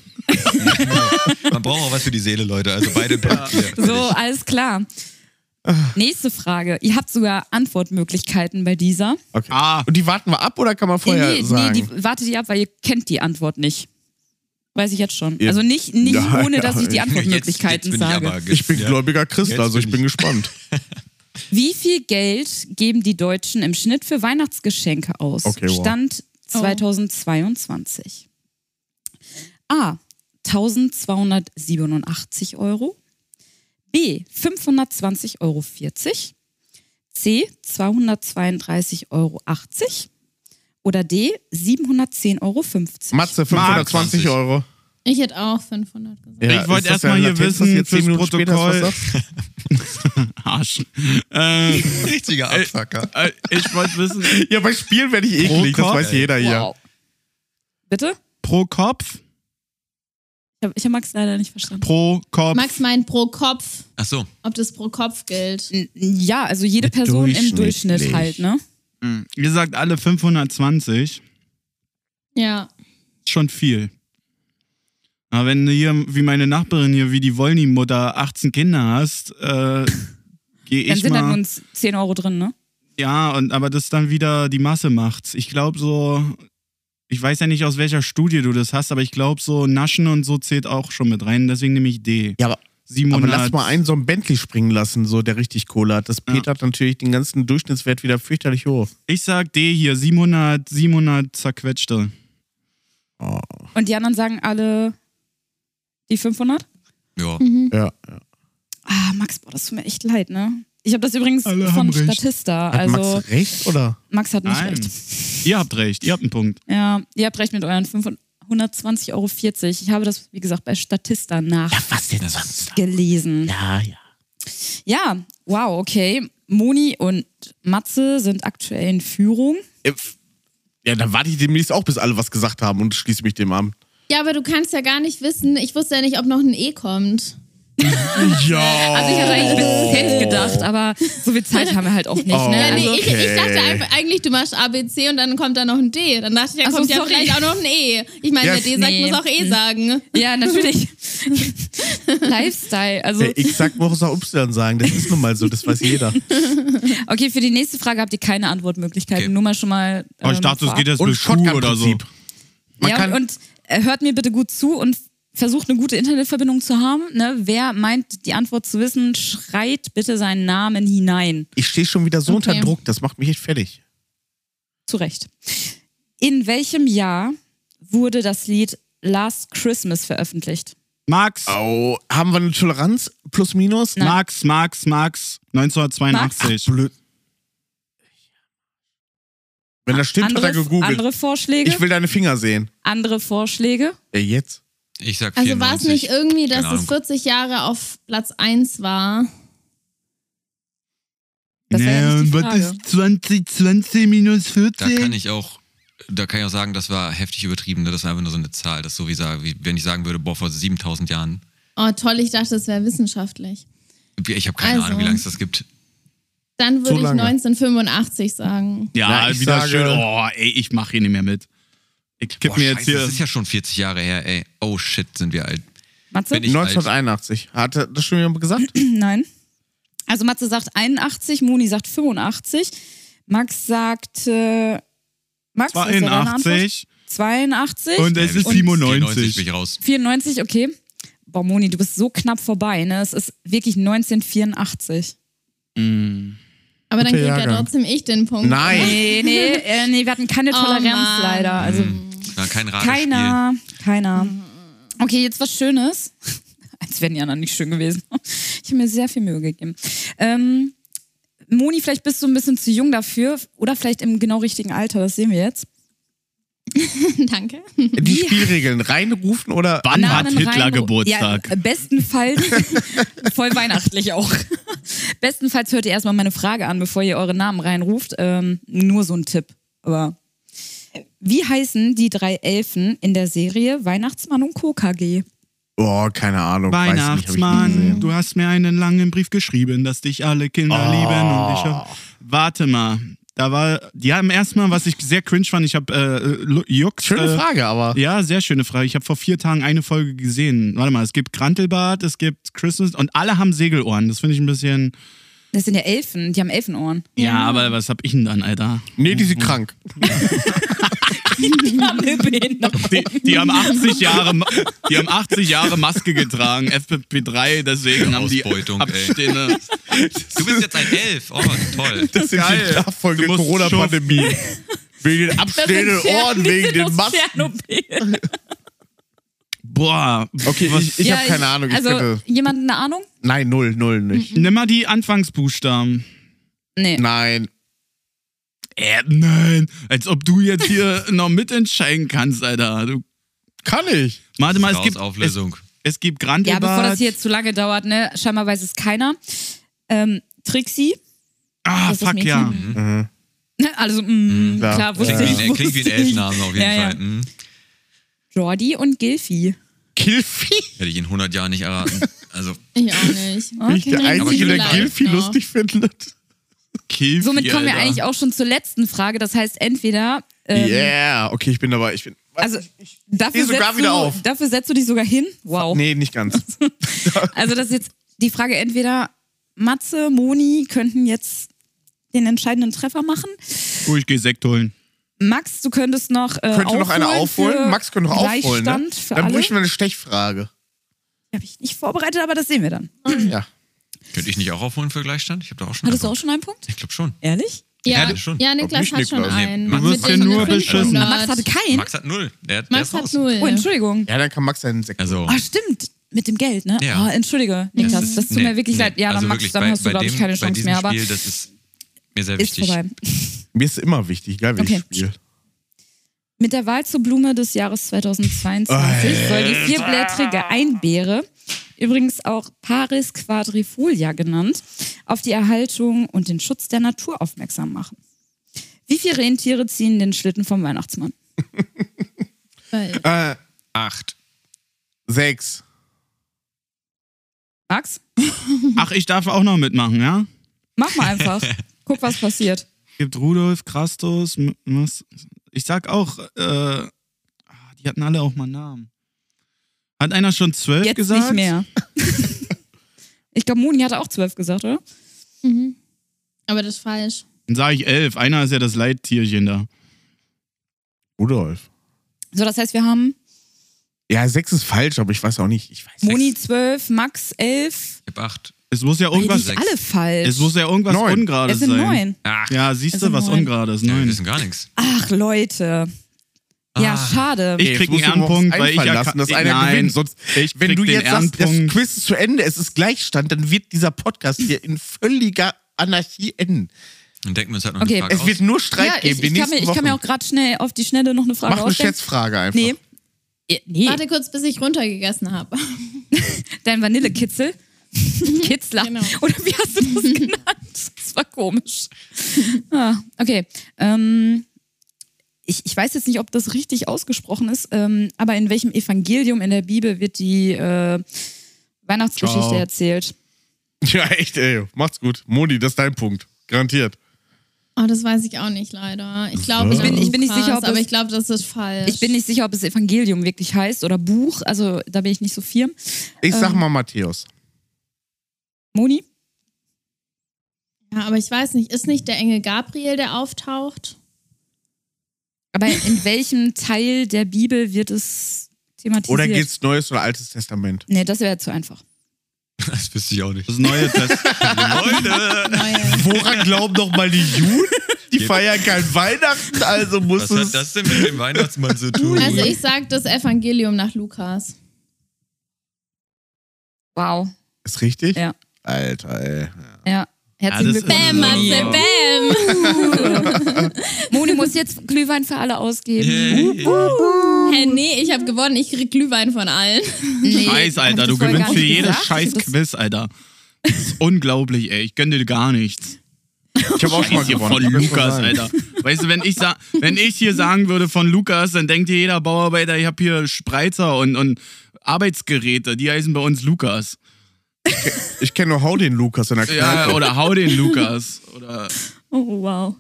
F: Man braucht auch was für die Seele, Leute. Also beide Punkte. hier.
B: So, alles klar.
C: Ah.
B: Nächste Frage. Ihr habt sogar Antwortmöglichkeiten bei dieser.
C: Okay.
E: Ah.
C: Und die warten wir ab oder kann man vorher
B: nee,
C: sagen?
B: nee, die, wartet die ab, weil ihr kennt die Antwort nicht. Weiß ich jetzt schon.
C: Ihr-
B: Also nicht, nicht
C: Ja,
B: ohne,
C: *laughs* ja,
B: dass ich die
C: jetzt-
B: Antwortmöglichkeiten
F: jetzt, jetzt bin
B: sage.
F: Ich, aber ge-
C: ich bin
F: ja.
C: gläubiger Christ,
F: Jetzt
C: also
F: bin
C: ich bin
E: *laughs*
F: ich-
C: gespannt.
B: Wie viel Geld geben die Deutschen im Schnitt für Weihnachtsgeschenke aus?
C: Okay, wow.
B: Stand 2022. A. 1287 Euro. B. 520,40 Euro. C. 232,80 Euro. Oder D. 710,50 Euro.
C: Matze, 520 Euro.
D: Ich hätte auch 500 gesagt.
E: Ich wollte
C: ist das
E: erst mal hier
C: Latenz, dass
E: wissen,
C: du jetzt zehn
E: fürs
C: Minuten später
E: Protokoll.
C: was sagst?
E: *laughs* Arsch. Äh,
F: Richtiger Abfucker.
E: äh, ich wollte wissen,
C: *laughs* Ja, bei Spielen werde ich
E: Pro
C: eklig, das
E: Kopf?
C: weiß jeder hier.
B: Wow. Bitte?
E: pro Kopf,
B: Ich habe ich hab Max leider nicht verstanden.
E: pro Kopf.
D: Max meint pro Kopf,
F: Ach so.
D: ob das pro Kopf gilt.
B: N- Ja, also jede Person im Durchschnitt
C: Durchschnittlich.
B: halt, ne?
E: Mhm. Ihr sagt alle 520.
D: Ja.
E: schon viel. Aber wenn du hier, wie meine Nachbarin hier, wie die Wollny-Mutter, 18 Kinder hast, äh, gehe
B: Dann
E: ich
B: sind dann
E: mal.
B: nur 10 Euro drin, ne?
E: Ja, und aber das dann wieder die Masse macht's. Ich glaube so, ich weiß ja nicht, aus welcher Studie du das hast, aber ich glaube so Naschen und so zählt auch schon mit rein. Deswegen nehme ich D.
C: Ja, aber,
E: 700.
C: aber lass mal einen so einen Bentley springen lassen, so der richtig Kohle hat. Das petert natürlich den ganzen Durchschnittswert wieder fürchterlich hoch.
E: Ich sag D hier, 700, 700 zerquetschte.
B: Und die anderen sagen alle die 500?
F: Ja.
C: Ja.
B: Ah, Max, boah, das tut mir echt leid, ne? Ich habe das übrigens von Statista.
C: Hat
B: Also,
C: Max recht, oder?
B: Max hat nicht
E: Nein.
B: recht.
E: Ihr habt recht, ihr habt einen Punkt.
B: Ja, ihr habt recht mit euren 520,40 Euro. Ich habe das, wie gesagt, bei Statista
C: Was denn sonst?
B: nachgelesen.
C: Ja, ja.
B: Ja, wow, okay. Moni und Matze sind aktuell in Führung.
C: Äh, Ja, dann warte ich demnächst auch, bis alle was gesagt haben und schließe mich dem an.
D: Ja, aber du kannst ja gar nicht wissen, ich wusste ja nicht, ob noch ein E kommt.
C: Ja.
B: Also ich hatte eigentlich
D: Oh.
B: bis 10 gedacht, aber so viel Zeit haben wir halt auch nicht.
C: Oh.
B: Ne?
D: Ja, nee,
B: Also,
D: ich, ich dachte einfach, eigentlich, du machst A, B, C und dann kommt da noch ein D. Dann dachte ich, da
B: Ach so,
D: kommt ja
B: sorry.
D: vielleicht auch noch ein E. Ich meine,
C: Ja,
D: wer D sagt,
B: nee.
D: muss auch E sagen.
B: ja, natürlich. *laughs* Lifestyle. Also,
C: Der X sagt, muss auch Y sagen. Das ist nun mal so, das weiß jeder.
B: okay, für die nächste Frage habt ihr keine Antwortmöglichkeiten.
F: Okay.
B: Nur mal schon mal.
E: *laughs* Aber ich
B: ähm,
E: dachte, es
B: vorab.
E: geht jetzt
C: Und
E: mit Q oder so.
C: Shotgun-Prinzip. Man
B: ja,
C: kann-
B: und, und äh, hört mir bitte gut zu und versucht eine gute Internetverbindung zu haben. Ne? Wer meint, die Antwort zu wissen, schreit bitte seinen Namen hinein.
C: Ich stehe schon wieder so unter
D: Okay.
C: Druck, das macht mich echt fertig.
B: Zu Recht. In welchem Jahr wurde das Lied Last Christmas veröffentlicht?
E: Max,
C: Au, haben wir eine Toleranz? Plus, minus?
E: Max, Max, Max, 1982.
C: Blöd. Wenn das stimmt, hat er
B: Andere,
C: gegoogelt.
B: andere Vorschläge?
C: ich will deine Finger sehen.
B: Andere Vorschläge?
C: Ja, jetzt?
F: Ich sag
D: Also war es
F: 94.
D: nicht irgendwie, dass
F: Keine
D: es 40 Jahre auf Platz 1 war?
B: Das war ja nicht die
E: und
B: Frage.
E: was ist 20, 20 minus 14?
F: Da kann ich auch, da kann ich auch sagen, das war heftig übertrieben. Ne? Das war einfach nur so eine Zahl. Das ist so wie, sa- wie wenn ich sagen würde, boah, vor 7000 Jahren.
D: Oh toll, ich dachte, es wäre wissenschaftlich.
F: Ich habe keine
D: Also.
F: Ahnung, wie lange es das gibt.
D: Dann
C: Zu
D: würde ich
C: lange.
D: 1985 sagen.
E: ja,
C: Na, ich
E: wieder
C: sage-
E: schön. Oh, ey, ich mache hier nicht mehr mit. Ich kipp
F: Boah,
E: mir jetzt
F: scheiße,
E: hier.
F: Das ist ja schon 40 Jahre her, ey. Oh shit, sind wir alt.
B: Matze?
F: Bin ich alt.
C: 1981. Hat er das schon jemand gesagt?
B: Nein. Also Matze sagt 81, Moni sagt 85. Max sagt äh, Max was ist deine Antwort?
E: 82
B: 82
E: und es
F: Ey,
E: ist
F: mit 94 bin
E: 97.
F: ich raus.
B: 94, okay. Boah, Moni, du bist so knapp vorbei, ne? Es ist wirklich 1984.
D: Aber dann
C: Guter
D: kriegt ja
C: Jahrgang.
D: trotzdem ich den Punkt.
C: Nein.
B: Nee, nee, äh, nee, wir hatten keine
D: Oh,
B: Toleranz
D: Mann.
B: leider. Also
F: War kein Ratespiel.
B: keiner, keiner. Mhm. Okay, jetzt was Schönes. *laughs* Als wären die anderen nicht schön gewesen. *laughs* Ich habe mir sehr viel Mühe gegeben. Ähm, Moni, vielleicht bist du ein bisschen zu jung dafür oder vielleicht im genau richtigen Alter, das sehen wir jetzt.
D: *laughs* Danke.
C: Die Spielregeln reinrufen oder.
E: Wann hat
B: Namen
E: Hitler
B: reinru-
E: Geburtstag?
B: Ja,
E: *laughs*
B: bestenfalls, voll weihnachtlich auch. *laughs* Bestenfalls hört ihr erstmal meine Frage an, bevor ihr eure Namen reinruft. Ähm, nur so ein Tipp. Aber wie heißen die drei Elfen in der Serie Weihnachtsmann und Co. KG?
C: Oh, keine Ahnung. weiß nicht, hab ich nie
E: Weihnachtsmann,
C: gesehen.
E: du hast mir einen langen Brief geschrieben, dass dich alle Kinder
C: Oh.
E: lieben und ich hab, Warte mal. Da war, ja, im ersten Mal, was ich sehr cringe fand, ich habe äh, lu- juckt.
C: Schöne
E: äh,
C: Frage, aber.
E: Ja, sehr schöne Frage. Ich habe vor vier Tagen eine Folge gesehen. Warte mal, es gibt Krantelbart, es gibt Christmas und alle haben Segelohren. Das finde ich ein bisschen.
B: Das sind ja Elfen, die haben Elfenohren.
E: Ja, aber was hab ich denn dann, Alter?
C: Nee, die sind krank.
B: *laughs* Die haben eine Behinderung.
E: Die, die haben 80 Jahre, die haben 80 Jahre Maske getragen, FFP3, deswegen haben die
F: Ausbeutung, ey.
E: Abstände.
F: Du bist jetzt ein Elf. Oh,
E: *laughs*
F: toll.
C: Das sind
E: Geil.
C: die Nachfolge
E: Du musst
C: Corona-Pandemie. Wegen den
B: Das
E: *laughs*
C: abstehenden
B: sind Fern-
C: Ohren,
B: die
C: wegen
B: sind
C: den
B: aus
C: Masken.
B: Tschernobyl.
E: Boah,
C: Okay, ich, ich
B: Ja,
C: habe keine Ahnung. Ich
B: also,
C: könnte,
B: jemand eine Ahnung?
C: nein, null, null nicht.
E: nimm mal die Anfangsbuchstaben.
B: Nee.
C: Nein.
E: Äh, nein, als ob du jetzt hier *laughs* noch mitentscheiden kannst, Alter. Du,
C: Kann ich.
E: warte mal, es
F: Raus,
E: gibt, es,
F: Auflösung.
E: es gibt Grande
B: Ja, bevor das hier zu lange dauert, ne? Scheinbar weiß es keiner. Ähm, Trixie.
E: Ah,
B: das ist
E: fuck
B: Mädchen.
E: ja.
B: Ne, Also, mm,
C: klar.
B: klar, wusste
F: Klingt
B: ich.
F: wie ein, klingt wie ein
B: wusste ich.
F: Elfennamen auf jeden
B: ja,
F: Fall.
B: Ja.
F: Hm.
B: Jordi und Gilfi.
C: Gilfi?
F: Hätte ich in 100 Jahren nicht erraten.
E: *laughs*
F: Also,
D: Ich auch nicht.
C: Bin ich der
D: Okay. Aber
C: Einzige, der
D: vielleicht
C: Gilfi
D: noch.
C: lustig findet?
E: Kilfi,
B: Somit kommen wir
E: Alter.
B: eigentlich auch schon zur letzten Frage. Das heißt, entweder. Ähm,
C: Yeah, okay, ich bin dabei. Ich bin,
B: Also, dafür
C: stehe sogar
B: setzt,
C: wieder
B: du,
C: auf.
B: dafür setzt du dich sogar hin. Wow.
C: nee, nicht ganz.
B: Also, das ist jetzt die Frage: entweder Matze, Moni könnten jetzt den entscheidenden Treffer machen.
E: Oh, ich geh Sekt holen.
B: Max, du könntest noch. Äh,
C: Könnte noch einer aufholen?
B: für
C: Max könnte noch aufholen. Ne?
B: Gleichstand für
C: Dann
B: alle.
C: bräuchten wir eine Stechfrage.
B: Habe ich nicht vorbereitet, aber das sehen wir dann.
C: Ja.
F: könnte ich nicht auch aufholen für Gleichstand? Ich habe da auch schon.
B: Hattest du auch
F: einfach-
B: schon einen Punkt?
F: Ich glaube schon.
B: Ehrlich?
D: Ja,
F: Ja, schon.
D: ja
C: Ob
D: Niklas
C: nicht
D: hat schon
C: Niklas?
F: Nee,
D: einen.
F: Max
D: Mit
E: hat schon
D: der
E: nur
D: Fünf-
E: beschissen.
B: Na,
E: Na,
B: Max hatte keinen.
F: Max hat null. Der, der
D: Max
F: ist
D: hat
F: raus.
D: null.
B: oh, Entschuldigung.
C: Ja, dann kann Max seinen Sekt.
F: Also,
B: Ah, stimmt. Mit dem Geld, ne?
F: Ja.
B: Oh, entschuldige, Niklas, das,
F: ist-
B: tut
F: nee,
B: mir wirklich
F: nee.
B: leid. Ja, dann,
F: Also
B: Max,
F: wirklich,
B: dann
F: bei-
B: hast du,
F: bei
B: glaube ich,
F: dem-
B: keine
F: bei
B: Chance
F: diesem
B: mehr. Aber
F: Spiel, das ist mir sehr
B: ist
F: wichtig.
B: vorbei.
C: Mir ist immer wichtig, egal welches
B: Okay.
C: Spiel.
B: Mit der Wahl zur Blume des Jahres 2022 soll die vierblättrige Einbeere, übrigens auch Paris quadrifolia genannt, auf die Erhaltung und den Schutz der Natur aufmerksam machen. Wie viele Rentiere ziehen den Schlitten vom Weihnachtsmann?
D: Weil-
C: Äh,
F: Acht.
C: sechs.
B: Max, Mhm.
E: Ach, ich darf auch noch mitmachen, ja?
B: mach mal
E: *laughs*
B: einfach. Guck, was passiert.
E: Gibt Rudolf, Krastus, M- was? Ich sag auch, äh, ah, die hatten alle auch mal Namen. Hat einer schon zwölf
B: Jetzt
E: gesagt?
B: nicht
E: *laughs*
B: mehr. ich glaube, Moni hatte auch zwölf gesagt, oder?
D: Mhm. Aber das ist falsch.
E: Dann sage ich elf. Einer ist ja das Leittierchen da.
C: Rudolf.
B: So, das heißt, wir haben
C: Ja, sechs ist falsch, aber ich weiß auch nicht. Ich weiß
B: Moni
C: sechs.
B: 12, Max 11.
F: Ich hab acht.
E: Es muss ja
B: Ey, die
E: irgendwas,
B: sind alle falsch.
E: es muss ja irgendwas
C: Neun.
E: Ungerades
B: es sind
E: sein.
B: neun.
F: Ach, ja.
E: Ja,
B: Es
E: siehst
B: sind
E: du, was
B: neun.
E: Ungerades?
F: wir
E: Neun.
F: wissen gar nichts.
B: Ach, Leute. Ja,
F: Ah.
B: schade.
E: Ich
C: Ey, jetzt
E: krieg
C: musst
E: einen
C: du mir
E: Ehrenpunkt,
C: was
E: weil ich ja
C: einfallen
E: ka-
C: lassen, dass einer
E: Nein.
C: gewinnt. Sonst,
E: Ich
C: wenn
E: krieg
C: du
E: den
C: jetzt sagst, das
E: Ehrenpunkt.
C: Quiz ist zu Ende, es ist Gleichstand, dann wird dieser Podcast hier in völliger Anarchie enden.
F: Und denken wir uns halt noch
B: Okay,
F: eine Frage
C: Es wird nur Streit
B: ja,
C: geben.
B: ich,
C: die
B: ich, kann
C: nächsten
B: mir, ich
C: Wochen.
B: kann mir auch gerade schnell auf die Schnelle noch eine Frage
C: Mach eine
B: ausstellen.
C: Schätzfrage einfach.
B: Nee. Ja, nee.
D: Warte kurz, bis ich runtergegessen habe.
B: Dein
D: *laughs*
B: Vanillekitzel. Kitzler.
D: Genau.
B: Oder wie hast du
D: *laughs*
B: das genannt? Das war komisch. Ah, okay. Ähm, ich, ich weiß jetzt nicht, ob das richtig ausgesprochen ist, ähm, aber in welchem Evangelium in der Bibel wird die äh, Weihnachtsgeschichte
E: Ciao.
B: erzählt?
C: Ja, echt, ey. Macht's gut. Moni, das ist dein Punkt. Garantiert.
D: *laughs* Oh, das weiß ich auch nicht, leider. Ich glaube,
C: Was?
D: ich,
B: Ich bin- ich bin nicht sicher, ob
D: aber
B: das-
D: ich glaube, das ist falsch.
B: Ich bin nicht sicher, ob es Evangelium wirklich heißt oder Buch, also da bin ich nicht so firm.
C: Ich sag
B: Ähm.
C: mal Matthäus.
B: Moni?
D: Ja, aber ich weiß nicht, ist nicht der Engel Gabriel, der auftaucht?
B: Aber in welchem Teil der Bibel wird es thematisiert?
C: Oder geht's Neues oder Altes Testament?
B: Nee, das wäre zu einfach.
F: aus. *laughs* Das wüsste ich auch nicht.
E: Das neue Test.
F: *laughs* Leute!
D: Neue.
C: Woran glauben doch mal die Juden? Die feiern kein Weihnachten, also muss
F: Was hat
C: es.
F: das denn mit dem
B: *laughs*
F: Weihnachtsmann zu tun?
D: Also ich sag das Evangelium nach Lukas.
B: Wow.
C: Ist richtig?
B: Ja.
C: Alter, ey.
B: Ja.
E: Ja,
B: Herzlichen
E: das
B: Glückwunsch.
D: Bam, Matze, *laughs* bam!
B: Moni muss jetzt Glühwein für alle ausgeben.
F: Yay.
D: Hä, nee, ich habe gewonnen. Ich krieg Glühwein von allen.
B: Nee,
E: Scheiß,
B: hab ich
E: Alter.
B: das
E: Du
B: vorher
E: gewinnst
B: gar
E: für
B: nicht
E: jedes
B: gesagt.
E: scheiß
B: Das-
E: Quiz, Alter.
B: *laughs*
E: Das ist unglaublich, ey. Ich gönn dir gar nichts.
C: Ich habe auch schon mal
E: Scheiße,
C: gewonnen.
E: von
C: Hab ich schon
E: Lukas,
C: gesagt.
E: Alter. Weißt du, wenn ich, sa wenn ich hier sagen würde von Lukas, dann denkt hier jeder Bauarbeiter, ich habe hier Spreizer und, und Arbeitsgeräte, die heißen bei uns Lukas.
C: Ich kenne nur Hau den Lukas in der
E: Ja,
C: Kneipe.
E: oder hau den Lukas. Oder
B: Oh, wow.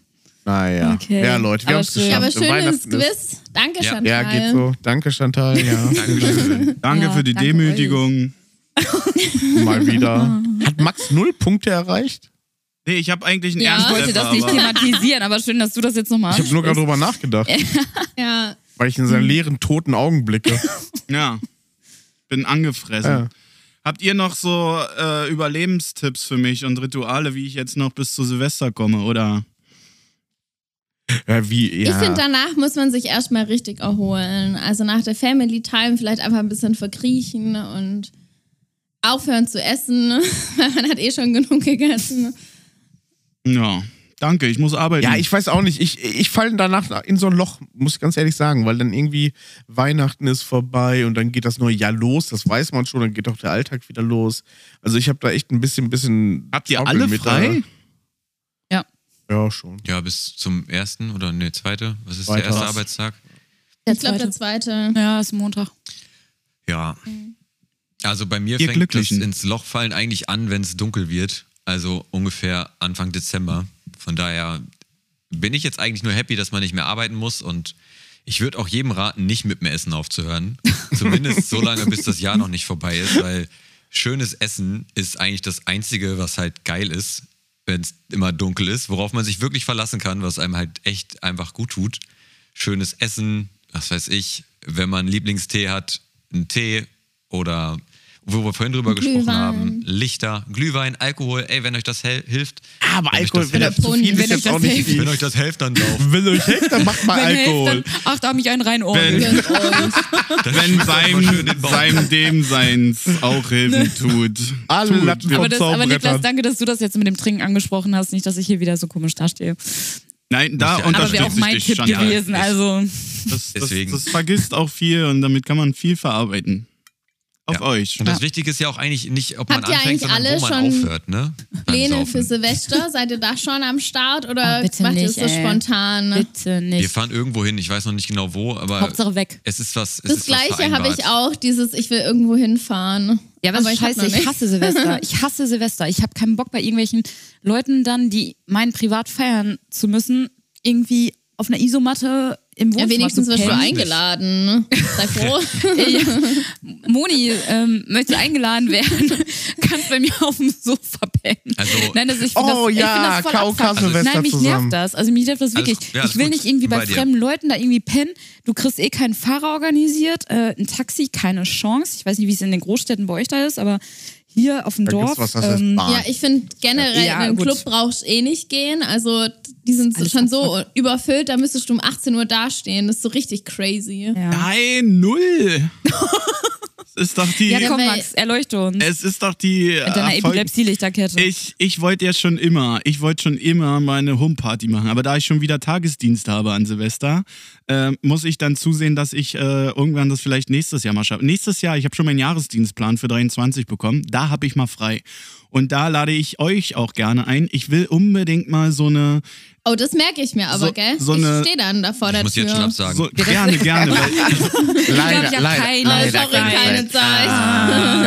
C: Naja.
B: Okay.
C: Ja, Leute,
B: Aber
C: wir haben es
B: schön.
C: geschafft.
D: aber schön
C: Weihnachten
D: ins Quiz. Danke,
F: Ja.
D: Chantal.
C: Ja, geht so. Danke, Chantal. Ja.
E: *laughs*
B: *laughs*
F: Dankeschön.
E: danke
B: Ja,
E: für die
B: danke
E: Demütigung.
C: Mal wieder. Hat Max null Punkte erreicht?
E: Nee, ich habe eigentlich einen
D: Ja.
E: ersten
B: Ich wollte das nicht
E: aber
B: thematisieren, aber schön, dass du das jetzt nochmal
C: Ich habe nur gerade drüber nachgedacht,
D: Ja.
C: weil ich in seinen leeren, toten Augen blicke.
E: Ja. Bin angefressen.
C: Ja.
E: Habt ihr noch so äh, Überlebenstipps für mich und Rituale, wie ich jetzt noch bis zu Silvester komme, oder?
C: Ja, wie, ja.
D: Ich finde, danach muss man sich erstmal richtig erholen. Also nach der Family Time vielleicht einfach ein bisschen verkriechen und aufhören zu essen, *laughs* weil man hat eh schon genug gegessen.
E: Ja, danke, ich muss arbeiten.
C: Ja, ich weiß auch nicht. Ich, ich falle danach in so ein Loch, muss ich ganz ehrlich sagen, weil dann irgendwie Weihnachten ist vorbei und dann geht das neue Jahr los, das weiß man schon, dann geht auch der Alltag wieder los. Also ich habe da echt ein bisschen, bisschen.
E: Habt ihr
C: Schaukel
E: alle
C: mit
E: frei?
B: Ja.
C: Da. Ja, schon.
F: Ja, bis zum ersten oder ne, zweite. Was ist
C: Zweiter.
F: der erste Arbeitstag?
D: ich glaube, der zweite.
B: Ja, ist Montag.
F: Ja. Also bei mir
E: Mhm. Ihr
F: fängt das
E: Glücklichen.
F: ins Loch fallen eigentlich an, wenn es dunkel wird. Also ungefähr Anfang Dezember. Von daher bin ich jetzt eigentlich nur happy, dass man nicht mehr arbeiten muss und ich würde auch jedem raten, nicht mit dem Essen
C: *laughs*
F: aufzuhören. Zumindest so lange, bis das Jahr noch nicht vorbei ist, weil schönes Essen ist eigentlich das Einzige, was halt geil ist, wenn es immer dunkel ist, worauf man sich wirklich verlassen kann, was einem halt echt einfach gut tut. Schönes Essen, was weiß ich, wenn man Lieblingstee hat, einen Tee oder wo wir vorhin drüber gesprochen
D: Glühwein.
F: haben, Lichter, Glühwein, Alkohol, ey, wenn euch das hel- hilft.
C: Ah, Aber
F: wenn euch
C: Alkohol,
F: das
C: wenn das
F: hilft,
C: zu viel
B: Wenn
C: ist, jetzt
B: euch
C: auch
B: das
C: nicht
B: hilft.
C: viel.
F: wenn euch das
D: *laughs*
F: hilft, dann lauft.
C: Wenn euch hilft, dann macht mal
B: Wenn
C: Alkohl.
B: hilft, dann- Ach, da habe ich einen rein Ohrring.
D: Und, und
E: Wenn
F: schön
E: seinem,
F: den Bauch.
E: seinem dem Seins
B: *laughs*
E: auch Hilfen tut.
C: Alle Latten
B: Aber,
C: vom
B: das, aber Niklas,
C: Zaunbrettern.
B: danke, dass du das jetzt mit dem Trinken angesprochen hast. Nicht, dass ich hier wieder so komisch dastehe.
E: Nein, da
F: Aber
B: Aber wäre auch
E: unterstütze
B: mein
E: ich dich
B: Tipp
E: schon. Ja,
B: gewesen. Also,
E: das, das,
F: Deswegen.
E: das vergisst auch viel und damit kann man viel verarbeiten. Auf
F: Ja.
E: euch.
F: Und das Wichtige ist ja auch eigentlich nicht, ob man
D: Habt ihr
F: anfängt,
D: eigentlich
F: sondern
D: alle
F: wo man
D: schon
F: aufhört, ne? Beim
D: Pläne
F: Saufen.
D: für
F: *laughs*
D: Silvester, seid ihr da schon am Start oder
B: Oh, bitte
D: macht ihr es
B: nicht,
D: so
B: ey.
D: spontan? ne?
B: bitte
F: Wir
B: nicht.
F: fahren irgendwo hin, ich weiß noch nicht genau wo, aber
B: Hauptsache weg.
F: es ist was. Es
D: Das
F: ist was
D: gleiche habe
F: vereinbart.
D: ich auch, dieses ich will irgendwo hinfahren.
B: Ja, aber, aber
D: hab noch
B: scheiße, Also ich
D: nicht.
B: hasse Silvester. Ich hasse Silvester. Ich habe keinen Bock bei irgendwelchen Leuten dann, die meinen privat feiern zu müssen, irgendwie auf einer Isomatte im
D: Ja,
B: Wohnzimmer
D: wenigstens
B: zu
D: wirst du
B: pennen.
D: eingeladen. ne?
F: *laughs*
D: Sei froh.
B: Moni ähm, möchte eingeladen werden, *laughs* kannst bei mir auf dem Sofa pennen.
F: Also-
B: Nein, also ich find
C: Oh
B: das,
C: ja,
B: ich find das voll
C: Kauka
B: abfuck.
C: Silvester
B: Nein, mich
C: zusammen.
B: nervt das. Also mich nervt das wirklich.
F: Alles- ja, alles
B: ich will
F: gut.
B: nicht irgendwie bei,
F: Bei dir.
B: fremden Leuten da irgendwie pennen. Du kriegst eh keinen Fahrer organisiert, äh, ein Taxi, keine Chance. Ich weiß nicht, wie es in den Großstädten bei euch da ist, aber hier auf dem
C: Da gibt's
B: Dorf.
C: was, das heißt
B: ähm,
C: Bahn.
D: Ja, ich finde generell
B: Ja,
D: in den
B: gut.
D: Club brauchst du eh nicht gehen. Also die sind
B: Alles
D: schon so überfüllt, da müsstest du um 18 Uhr dastehen. Das ist so richtig crazy.
B: ja.
E: Nein, null.
B: *laughs*
E: es ist doch die.
B: Ja, komm,
D: weil-
B: Max, erleuchte uns. Mit
E: es ist doch die. äh,
B: deiner
E: Erfolg-
B: Epilepsie-Lichterkette.
E: ich, ich wollte ja schon immer, ich wollte schon immer meine Homeparty machen, aber da ich schon wieder Tagesdienst habe an Silvester, ähm, muss ich dann zusehen, dass ich äh, irgendwann das vielleicht nächstes Jahr mal schaffe. Nächstes Jahr, ich habe schon meinen Jahresdienstplan für 23 bekommen, da habe ich mal frei. Und da lade ich euch auch gerne ein. Ich will unbedingt mal so eine,
D: Oh, das merke ich mir aber,
E: So-
D: gell?
E: so
D: ich
E: eine-
D: stehe dann da vor
F: Ich
D: der
F: muss
D: Tür.
F: jetzt schon absagen.
E: so gerne, gerne. Weil,
B: glaub, ich hab keine-
D: Ah, Sorry, keine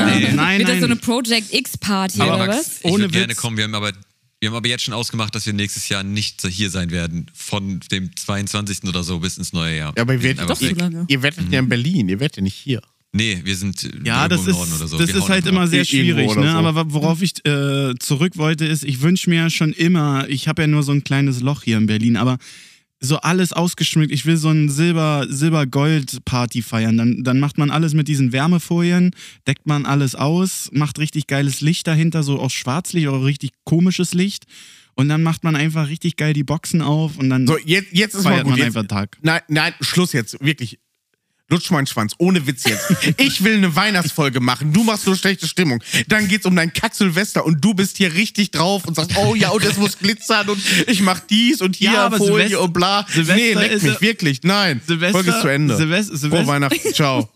D: Zeit.
F: nee.
E: nein,
B: Wird das
E: nein.
B: so eine Project X-Party
F: aber
B: oder
F: Max,
B: was?
F: ich
E: Ohne
F: würde gerne
E: Witz.
F: kommen. Wir haben, aber, wir haben aber jetzt schon ausgemacht, dass wir nächstes Jahr nicht so hier sein werden. Von dem 22. oder so bis ins neue Jahr.
C: Ja, aber ihr
F: wir sind
C: werdet,
F: einfach
C: doch
B: so
F: weg.
B: lange.
C: ihr, ihr werdet ja in Berlin, ihr werdet ja nicht hier.
F: Nee, wir sind
E: Ja,
F: irgendwo
E: das
F: im Norden
E: ist,
F: oder so.
E: das
F: Wir
E: ist
F: hauen
E: halt
F: einfach
E: immer
F: ab.
E: sehr
C: Irgendwo
E: schwierig.
C: oder
E: Ne?
C: so.
E: Aber wa- worauf ich äh, zurück wollte, ist, ich wünsche mir schon immer, ich habe ja nur so ein kleines Loch hier in Berlin, aber so alles ausgeschmückt. Ich will so ein Silber- Silber-Gold-Party feiern. Dann, dann macht man alles mit diesen Wärmefolien, deckt man alles aus, macht richtig geiles Licht dahinter, so auch Schwarzlicht oder richtig komisches Licht. Und dann macht man einfach richtig geil die Boxen auf und dann
C: So, jetzt, jetzt ist mal
E: feiert
C: gut.
E: man
C: Jetzt,
E: einfach Tag.
C: nein, nein, Schluss jetzt, wirklich. Lutsch meinen Schwanz, ohne Witz
E: *laughs*
C: jetzt. Ich will eine Weihnachtsfolge machen, du machst nur schlechte Stimmung. Dann geht's um dein Kack-Silvester und du bist hier richtig drauf und sagst, oh ja, und es muss glitzern und ich mach dies und hier
E: Ja, aber
C: Folie
E: Silvester-
C: und bla.
E: Silvester
C: nee, leck
E: ist
C: mich,
E: ja-
C: wirklich, nein.
E: Silvester-
C: Folge ist zu Ende.
E: Silvest-
C: Frohe
E: Silvest-
C: Weihnachten,
E: *laughs*
C: ciao.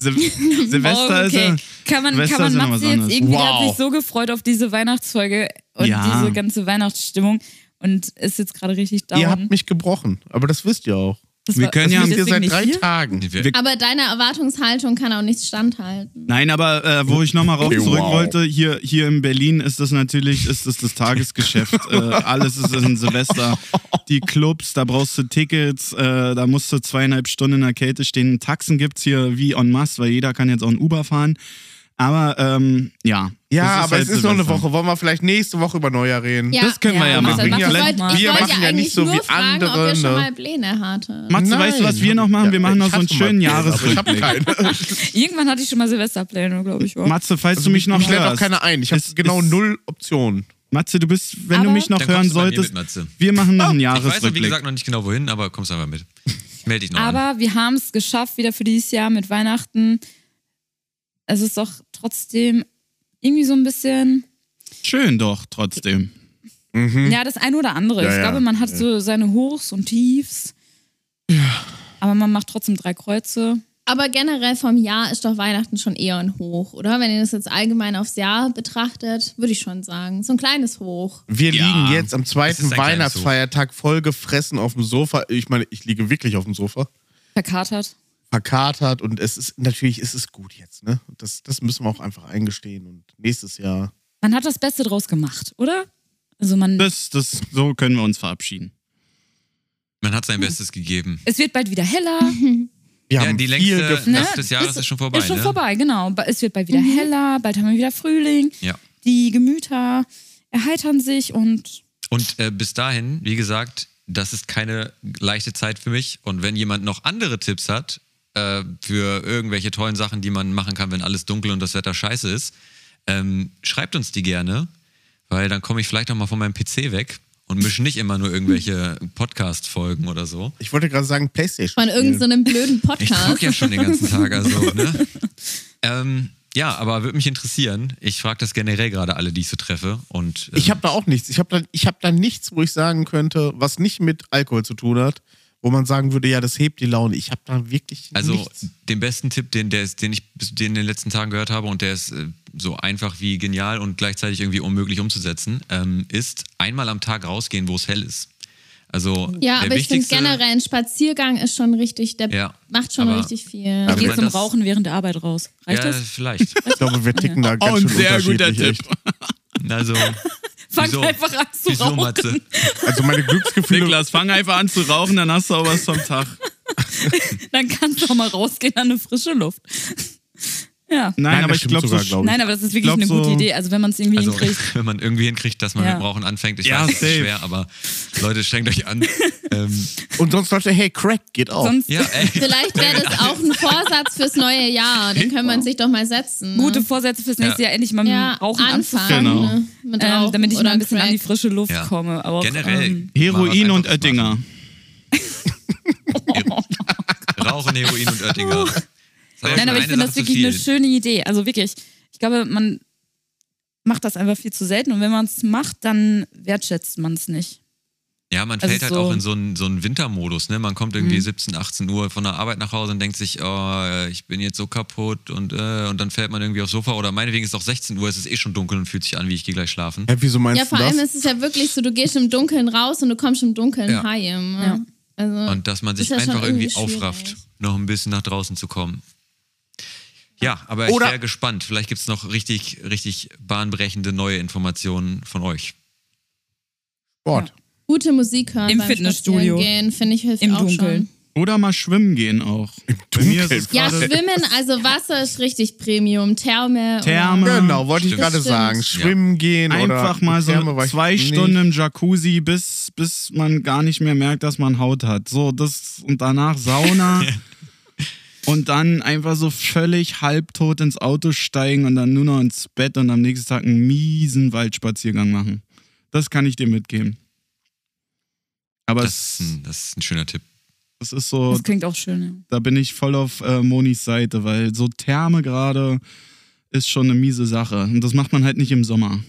E: Sil
B: *laughs*
E: Silvester
B: oh,
E: ist
B: okay.
E: ja,
B: Kann man, kann
E: Silvester
B: man
E: ist ja noch
B: Matze
E: was
B: jetzt
E: anderes.
B: irgendwie, der hat
C: Wow.
B: sich so gefreut auf diese Weihnachtsfolge und
E: Ja.
B: diese ganze Weihnachtsstimmung und ist jetzt gerade richtig down.
C: Ihr habt mich gebrochen, aber das wisst ihr auch.
B: Das
E: wir
B: war-
E: können
B: das
E: ja-
B: war
C: Wir sind hier
B: deswegen
C: seit
B: nicht
C: drei
B: hier?
C: Tagen.
F: Nee, wir-
D: *laughs* Aber deine Erwartungshaltung kann auch nichts standhalten.
E: Nein, aber äh, wo ich nochmal rauf
C: Okay,
E: zurück
C: wow.
E: wollte, hier, hier in Berlin ist das natürlich, ist das,
C: *laughs*
E: das Tagesgeschäft. äh, alles ist in Silvester. Die Clubs, da brauchst du Tickets, äh, da musst du zweieinhalb Stunden in der Kälte stehen. Taxen gibt's hier wie en masse, weil jeder kann jetzt auch ein Uber fahren. Aber ähm, ja.
C: Ja,
E: Das
C: aber es
E: halt
C: ist noch eine
E: Silvester.
C: Woche. Wollen wir vielleicht nächste Woche über Neujahr reden?
D: Ja.
E: Das können wir
B: Ja,
E: ja
B: mach das,
E: machen.
B: mach das.
D: Ich
E: Vielleicht-
D: wollte, ich
C: wir
D: wollte
C: machen
D: ja
C: ja nicht
D: eigentlich
C: so
D: nur
C: wie
D: fragen, ob ihr
C: andere,
D: schon
C: ne?
D: mal Pläne hattet.
E: Matze, weißt du, was wir noch machen? Wir machen noch so einen schönen
C: Ich habe
E: Jahresrückblick.
C: keine.
B: Irgendwann hatte ich schon mal Silvesterpläne, glaube ich. ja.
C: Also
E: Matze, falls du mich noch
C: Ich lade auch
E: hörst.
C: keine ein. Ich habe
E: Es
C: genau
E: ist-
C: null Optionen.
E: Matze, du bist, wenn du
D: Aber-
E: mich noch
F: Dann
E: hören
F: kommst du bei mir
E: solltest,
F: mit, Matze.
E: wir machen noch einen
F: Ich weiß noch, wie
E: Jahresrückblick.
F: gesagt, noch nicht genau wohin, aber kommst einfach mit. Ich melde dich noch an.
B: Aber wir haben es geschafft, wieder für dieses Jahr mit Weihnachten. Es ist doch trotzdem irgendwie so ein bisschen,
E: Schön doch, trotzdem.
F: Hm.
B: ja, das eine oder andere.
C: Ja,
B: ich
C: ja.
B: glaube, man hat so seine Hochs und Tiefs. Aber man macht trotzdem drei Kreuze.
D: Aber generell vom Jahr ist doch Weihnachten schon eher ein Hoch, oder? Wenn ihr das jetzt allgemein aufs Jahr betrachtet, würde ich schon sagen. So ein kleines Hoch.
C: Wir
E: Ja.
C: liegen jetzt am zweiten
F: Es ist ein kleines
C: Weihnachtsfeiertag vollgefressen auf dem Sofa. Ich meine, ich liege wirklich auf dem Sofa.
B: Verkatert.
C: Verkatert und es ist natürlich ist es gut jetzt, ne? Das, das müssen wir auch einfach eingestehen. Und nächstes Jahr.
B: Man hat das Beste draus gemacht, oder? Also man.
E: Das, das, so können wir uns verabschieden.
F: Man hat sein Bestes gegeben.
B: es wird bald wieder
F: *laughs*
B: heller. ne?
C: Wir
F: Ja,
C: haben
F: die
C: viel
F: längste
C: gef-
F: Nacht des Jahres ist, schon vorbei.
B: Ist schon
F: ne? Mhm.
B: vorbei, genau. Ba- Es wird bald wieder heller, bald haben wir wieder Frühling.
F: Ja.
B: Die Gemüter erheitern sich und
F: Und äh, bis dahin, wie gesagt, das ist keine leichte Zeit für mich. Und wenn jemand noch andere Tipps hat äh, für irgendwelche tollen Sachen, die man machen kann, wenn alles dunkel und das Wetter scheiße ist, ähm, schreibt uns die gerne, weil dann komme ich vielleicht auch mal von meinem PC weg und mische nicht immer nur irgendwelche Podcast-Folgen oder so.
C: Ich wollte gerade sagen, Playstation.
D: Von irgendeinem so
C: spielen.
D: einem blöden
F: Ich gucke
D: Podcast.
F: ja schon den ganzen Tag, also, ne? ähm, ja, aber würde mich interessieren. Ich frage das generell gerade alle, die ich so treffe. Und, ähm,
C: ich habe da auch nichts. Ich habe da, ich hab da nichts, wo ich sagen könnte, was nicht mit Alkohol zu tun hat, wo man sagen würde, ja, das hebt die Laune. Ich habe da wirklich
F: Also
C: nichts.
F: den besten Tipp, den, der ist, den ich bis- den in den letzten Tagen gehört habe und der ist äh, so einfach wie genial und gleichzeitig irgendwie unmöglich umzusetzen, ähm, ist einmal am Tag rausgehen, wo es hell ist. Also
D: Ja,
F: der
D: aber ich finde
F: wichtigste,
D: generell ein Spaziergang ist schon richtig, der
F: Ja,
D: macht schon
F: aber-
D: richtig viel.
F: Aber
B: geht
F: wenn
B: zum
F: das-
B: Rauchen während der Arbeit raus. Reicht
F: Ja,
B: das?
F: vielleicht.
C: Ich glaube, wir ticken da
E: Oh,
C: ganz schön unterschiedlich. echt.
F: Also
B: Fangt
F: wieso?
B: einfach an zu
F: wieso,
B: rauchen.
F: Matze?
C: Also meine Glücksgefühle
E: Niklas, fang einfach an zu rauchen, dann hast du auch was vom Tag.
B: Dann kannst du auch mal rausgehen an eine frische Luft. *laughs* ja.
E: Nein,
C: das
E: aber ich
C: stimmt
E: glaube so.
C: sogar, glaub ich.
B: Nein, aber das ist wirklich
E: glaub
B: eine gute
E: so-
B: Idee. Also wenn man es irgendwie
F: Also
B: hinkriegt.
F: wenn man irgendwie hinkriegt, dass man
B: Ja.
F: mit Rauchen anfängt, ich
E: Ja,
F: weiß, es ist
E: safe.
F: schwer, aber Leute, strengt euch an. ähm,
C: und sonst Leute, hey, Crack geht auch.
B: Sonst
F: ja, äh, ey.
D: Vielleicht wäre das auch ein Vorsatz fürs neue Jahr. Den kann man sich doch mal setzen. ne?
B: gute Vorsätze fürs nächste
F: Ja.
B: Jahr endlich mal
D: ja,
B: mit Rauchen anzufangen.
D: anfangen.
E: Genau.
D: Ne? Mit
B: Ähm,
D: Rauchen
B: damit ich mal
D: oder
B: ein bisschen an die
D: Crack.
B: frische Luft
F: Ja.
B: komme. Aber auch,
F: generell
B: Ähm,
F: mal was
E: Heroin und
F: Einfaches
E: Oettinger.
F: machen. Rauchen, Heroin und Oettinger. Das war ja schon
B: nein, aber ich
F: eine
B: finde das
F: Sache zu
B: wirklich eine
F: viel.
B: schöne Idee. Also wirklich. Ich glaube, man macht das einfach viel zu selten. Und wenn man es macht, dann wertschätzt man es nicht.
F: Ja, man
B: Also
F: fällt halt
B: so- Mhm.
F: auch in so einen, so einen Wintermodus. Ne? Man kommt irgendwie 17, 18 Uhr von der Arbeit nach Hause und denkt sich, oh, ich bin jetzt so kaputt und, äh, und dann fällt man irgendwie aufs Sofa. Oder meinetwegen ist es auch 16 Uhr, es ist eh schon dunkel und fühlt sich an, wie ich gehe gleich schlafen.
C: Hä, wieso meinst
D: Ja, vor
C: du das?
D: allem ist es ja wirklich so, du gehst im Dunkeln raus und du kommst im Dunkeln
F: Ja.
D: heim. ne? Also,
F: Und dass man sich
D: Ist ja schon
F: einfach irgendwie
D: irgendwie schwierig.
F: aufrafft, noch ein bisschen nach draußen zu kommen. Ja, aber ich
C: Oder-
F: wäre gespannt. Vielleicht gibt es noch richtig, richtig bahnbrechende neue Informationen von euch.
C: Sport.
D: gute Musik hören
B: Im
D: beim
B: Fitnessstudio.
D: Spazierengehen, finde ich, hilft
B: Im
D: auch
B: Dunkeln.
D: schon.
E: Oder mal schwimmen gehen auch. Bei mir ist es
D: Ja,
E: gerade
D: schwimmen, also Wasser ist richtig Premium. Therme.
E: Therme.
C: Genau, wollte ich
F: Stimmt.
C: gerade
D: Stimmt.
C: sagen. Schwimmen gehen oder
E: einfach mal so
C: Therme war ich-
E: zwei
C: Nee.
E: Stunden im Jacuzzi, bis, bis man gar nicht mehr merkt, dass man Haut hat. So, das und danach *laughs* Sauna. Und dann einfach so völlig halbtot ins Auto steigen und dann nur noch ins Bett und am nächsten Tag einen miesen Waldspaziergang machen. Das kann ich dir mitgeben. Aber
F: Das, ist
E: es,
F: ein- das ist ein schöner Tipp.
E: es ist so,
B: Das klingt auch schön. Ja.
E: da bin ich voll auf äh, Monis Seite, weil so Therme gerade ist schon eine miese Sache. Und das macht man halt nicht im Sommer.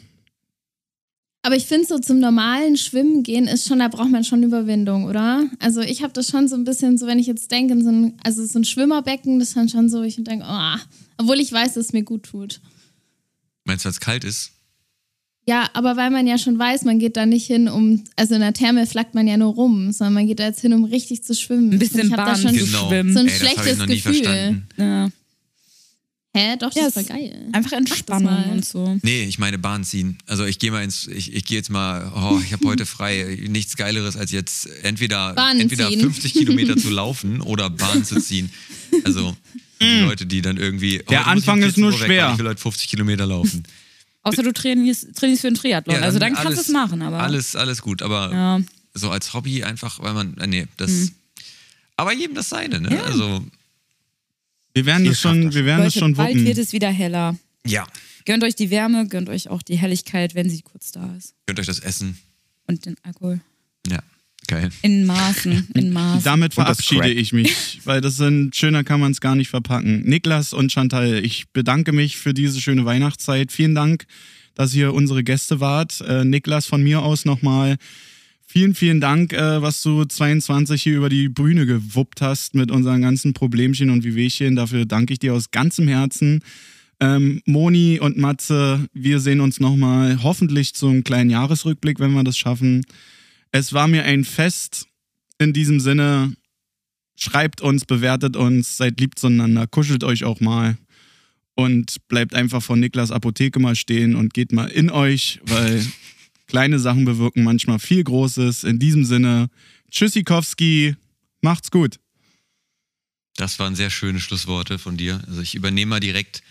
D: Aber ich finde so zum normalen Schwimmen gehen ist schon, da braucht man schon Überwindung, oder? Also ich habe das schon so ein bisschen so, wenn ich jetzt denke, in so ein, also so ein Schwimmerbecken, das ist dann schon so, ich denke, oh, obwohl ich weiß, dass es mir gut tut.
F: Meinst du, weil es kalt ist?
D: Ja, aber weil man ja schon weiß, man geht da nicht hin, um, also in der Therme flackt man ja nur rum, sondern man geht da jetzt hin, um richtig zu schwimmen.
B: Ein bisschen
D: ich hab da
B: Bahn
D: schon
B: zu
D: so,
B: schwimmen.
D: so ein
F: Genau. Ey, das habe ich
D: schlechtes
F: noch nie
D: Gefühl.
F: verstanden.
B: Ja.
D: Hä, doch, das
B: Ja,
D: ist voll
B: es-
D: geil.
B: Einfach Entspannung
D: mal.
B: und so.
F: Nee, ich meine Bahn ziehen. Also ich gehe mal ins, ich, ich gehe jetzt mal, oh, ich habe heute frei, nichts geileres als jetzt entweder,
D: Bahn
F: entweder
D: ziehen.
F: 50
B: *laughs*
F: Kilometer zu laufen oder Bahn zu ziehen. Also
B: Mm.
F: die Leute, die dann irgendwie.
E: Der
F: heute muss ich um
E: Anfang ist
F: 14
E: nur
F: Uhr weg,
E: schwer.
F: weil Ich will heute 50
B: *laughs*
F: Kilometer laufen.
B: Außer du trainierst, trainierst für den Triathlon.
F: Ja,
B: also dann kannst
F: alles-
B: du es machen, aber.
F: Alles, alles gut, aber
B: Ja. Hm.
F: so als Hobby einfach, weil man, äh, nee, das. Aber jedem das seine, ne? Also,
E: Wir werden
C: Ihr
E: das
C: schafft
E: schon,
C: das.
E: wir werden das
B: Leute,
E: schon
B: bald wird
E: wuppen.
B: es wieder heller.
F: ja.
B: Gönnt euch die Wärme, gönnt euch auch die Helligkeit, wenn sie kurz da ist.
F: Könnt euch das essen.
B: Und den Alkohol.
F: Ja, geil.
B: In Maßen, in Maßen.
E: Damit
G: Mhm. das
E: verabschiede
G: Crack. *laughs*
E: ich mich, weil das sind, schöner kann man es gar nicht verpacken. Niklas und Chantal, ich bedanke mich für diese schöne Weihnachtszeit. Vielen Dank, dass ihr unsere Gäste wart. Äh, Niklas, von mir aus nochmal vielen, vielen Dank, äh, was du 22 hier über die Bühne gewuppt hast mit unseren ganzen Problemchen und Wehwehchen. Dafür danke ich dir aus ganzem Herzen. Ähm, Moni und Matze, wir sehen uns nochmal hoffentlich zum kleinen Jahresrückblick, wenn wir das schaffen. Es war mir ein Fest. In diesem Sinne, schreibt uns, bewertet uns, seid lieb zueinander, kuschelt euch auch mal und bleibt einfach vor Niklas Apotheke mal stehen und geht mal in euch, weil kleine Sachen bewirken manchmal viel Großes. In diesem Sinne, Tschüssikowski, macht's gut.
F: Das waren sehr schöne Schlussworte von dir. Also ich übernehme mal direkt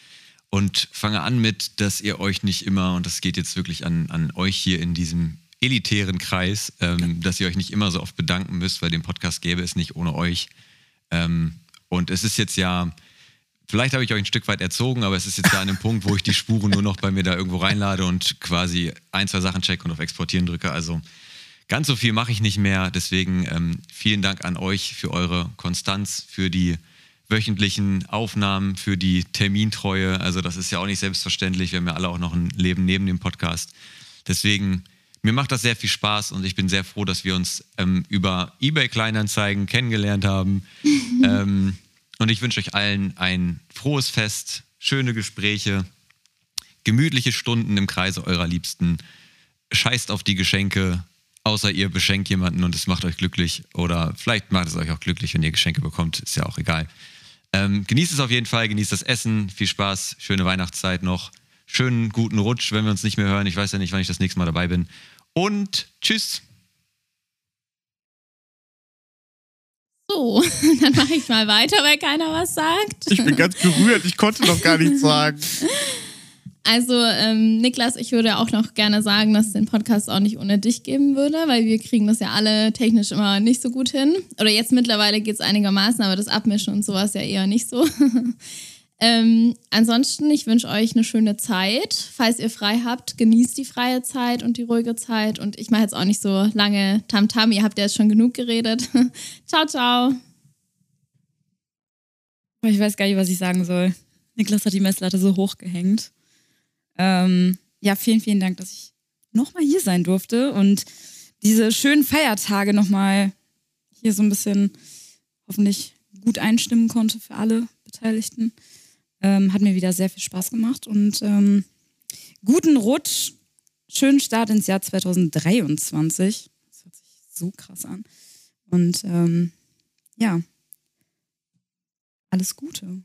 F: und fange an mit, dass ihr euch nicht immer, und das geht jetzt wirklich an, an euch hier in diesem elitären Kreis, ähm, dass ihr euch nicht immer so oft bedanken müsst, weil den Podcast gäbe es nicht ohne euch. Ähm, und es ist jetzt ja, vielleicht habe ich euch ein Stück weit erzogen, aber es ist jetzt ja an dem Punkt, wo ich die Spuren nur noch bei mir da irgendwo reinlade und quasi ein, zwei Sachen checke und auf Exportieren drücke. Also ganz so viel mache ich nicht mehr. Deswegen ähm, vielen Dank an euch für eure Konstanz, für die wöchentlichen Aufnahmen, für die Termintreue. Also das ist ja auch nicht selbstverständlich. Wir haben ja alle auch noch ein Leben neben dem Podcast. Deswegen, mir macht das sehr viel Spaß und ich bin sehr froh, dass wir uns ähm, über eBay-Kleinanzeigen kennengelernt haben. ähm, und ich wünsche euch allen ein frohes Fest, schöne Gespräche, gemütliche Stunden im Kreise eurer Liebsten scheißt auf die Geschenke, außer ihr beschenkt jemanden und es macht euch glücklich. Oder vielleicht macht es euch auch glücklich, wenn ihr Geschenke bekommt, ist ja auch egal. Ähm, genießt es auf jeden Fall, genießt das Essen, viel Spaß, schöne Weihnachtszeit noch, schönen guten Rutsch, wenn wir uns nicht mehr hören. Ich weiß ja nicht, wann ich das nächste Mal dabei bin. Und tschüss.
D: So, *laughs* dann mache ich mal weiter, weil keiner was sagt.
C: Ich bin ganz gerührt, ich konnte noch gar nichts sagen.
D: Also, ähm, Niklas, ich würde auch noch gerne sagen, dass es den Podcast auch nicht ohne dich geben würde, weil wir kriegen das ja alle technisch immer nicht so gut hin. Oder jetzt mittlerweile geht es einigermaßen, aber das Abmischen und sowas ja eher nicht so. *laughs* ähm, ansonsten, ich wünsche euch eine schöne Zeit. Falls ihr frei habt, genießt die freie Zeit und die ruhige Zeit. Und ich mache jetzt auch nicht so lange Tamtam. Ihr habt ja jetzt schon genug geredet. *laughs* ciao, ciao.
B: Boah, Ich weiß gar nicht, was ich sagen soll. Niklas hat die Messlatte so hochgehängt. Ähm, ja, vielen, vielen Dank, dass ich nochmal hier sein durfte und diese schönen Feiertage nochmal hier so ein bisschen hoffentlich gut einstimmen konnte für alle Beteiligten. Ähm, hat mir wieder sehr viel Spaß gemacht und ähm, guten Rutsch, schönen Start ins Jahr 2023. Das hört sich so krass an. Und ähm, ja, alles Gute.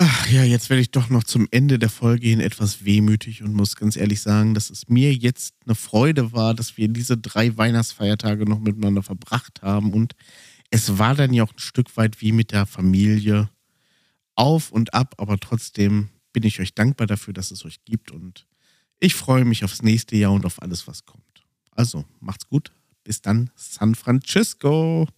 C: Ach ja, jetzt werde ich doch noch zum Ende der Folge hin etwas wehmütig und muss ganz ehrlich sagen, dass es mir jetzt eine Freude war, dass wir diese drei Weihnachtsfeiertage noch miteinander verbracht haben. Und es war dann ja auch ein Stück weit wie mit der Familie auf und ab, aber trotzdem bin ich euch dankbar dafür, dass es euch gibt. Und ich freue mich aufs nächste Jahr und auf alles, was kommt. Also, macht's gut. Bis dann, San Francisco.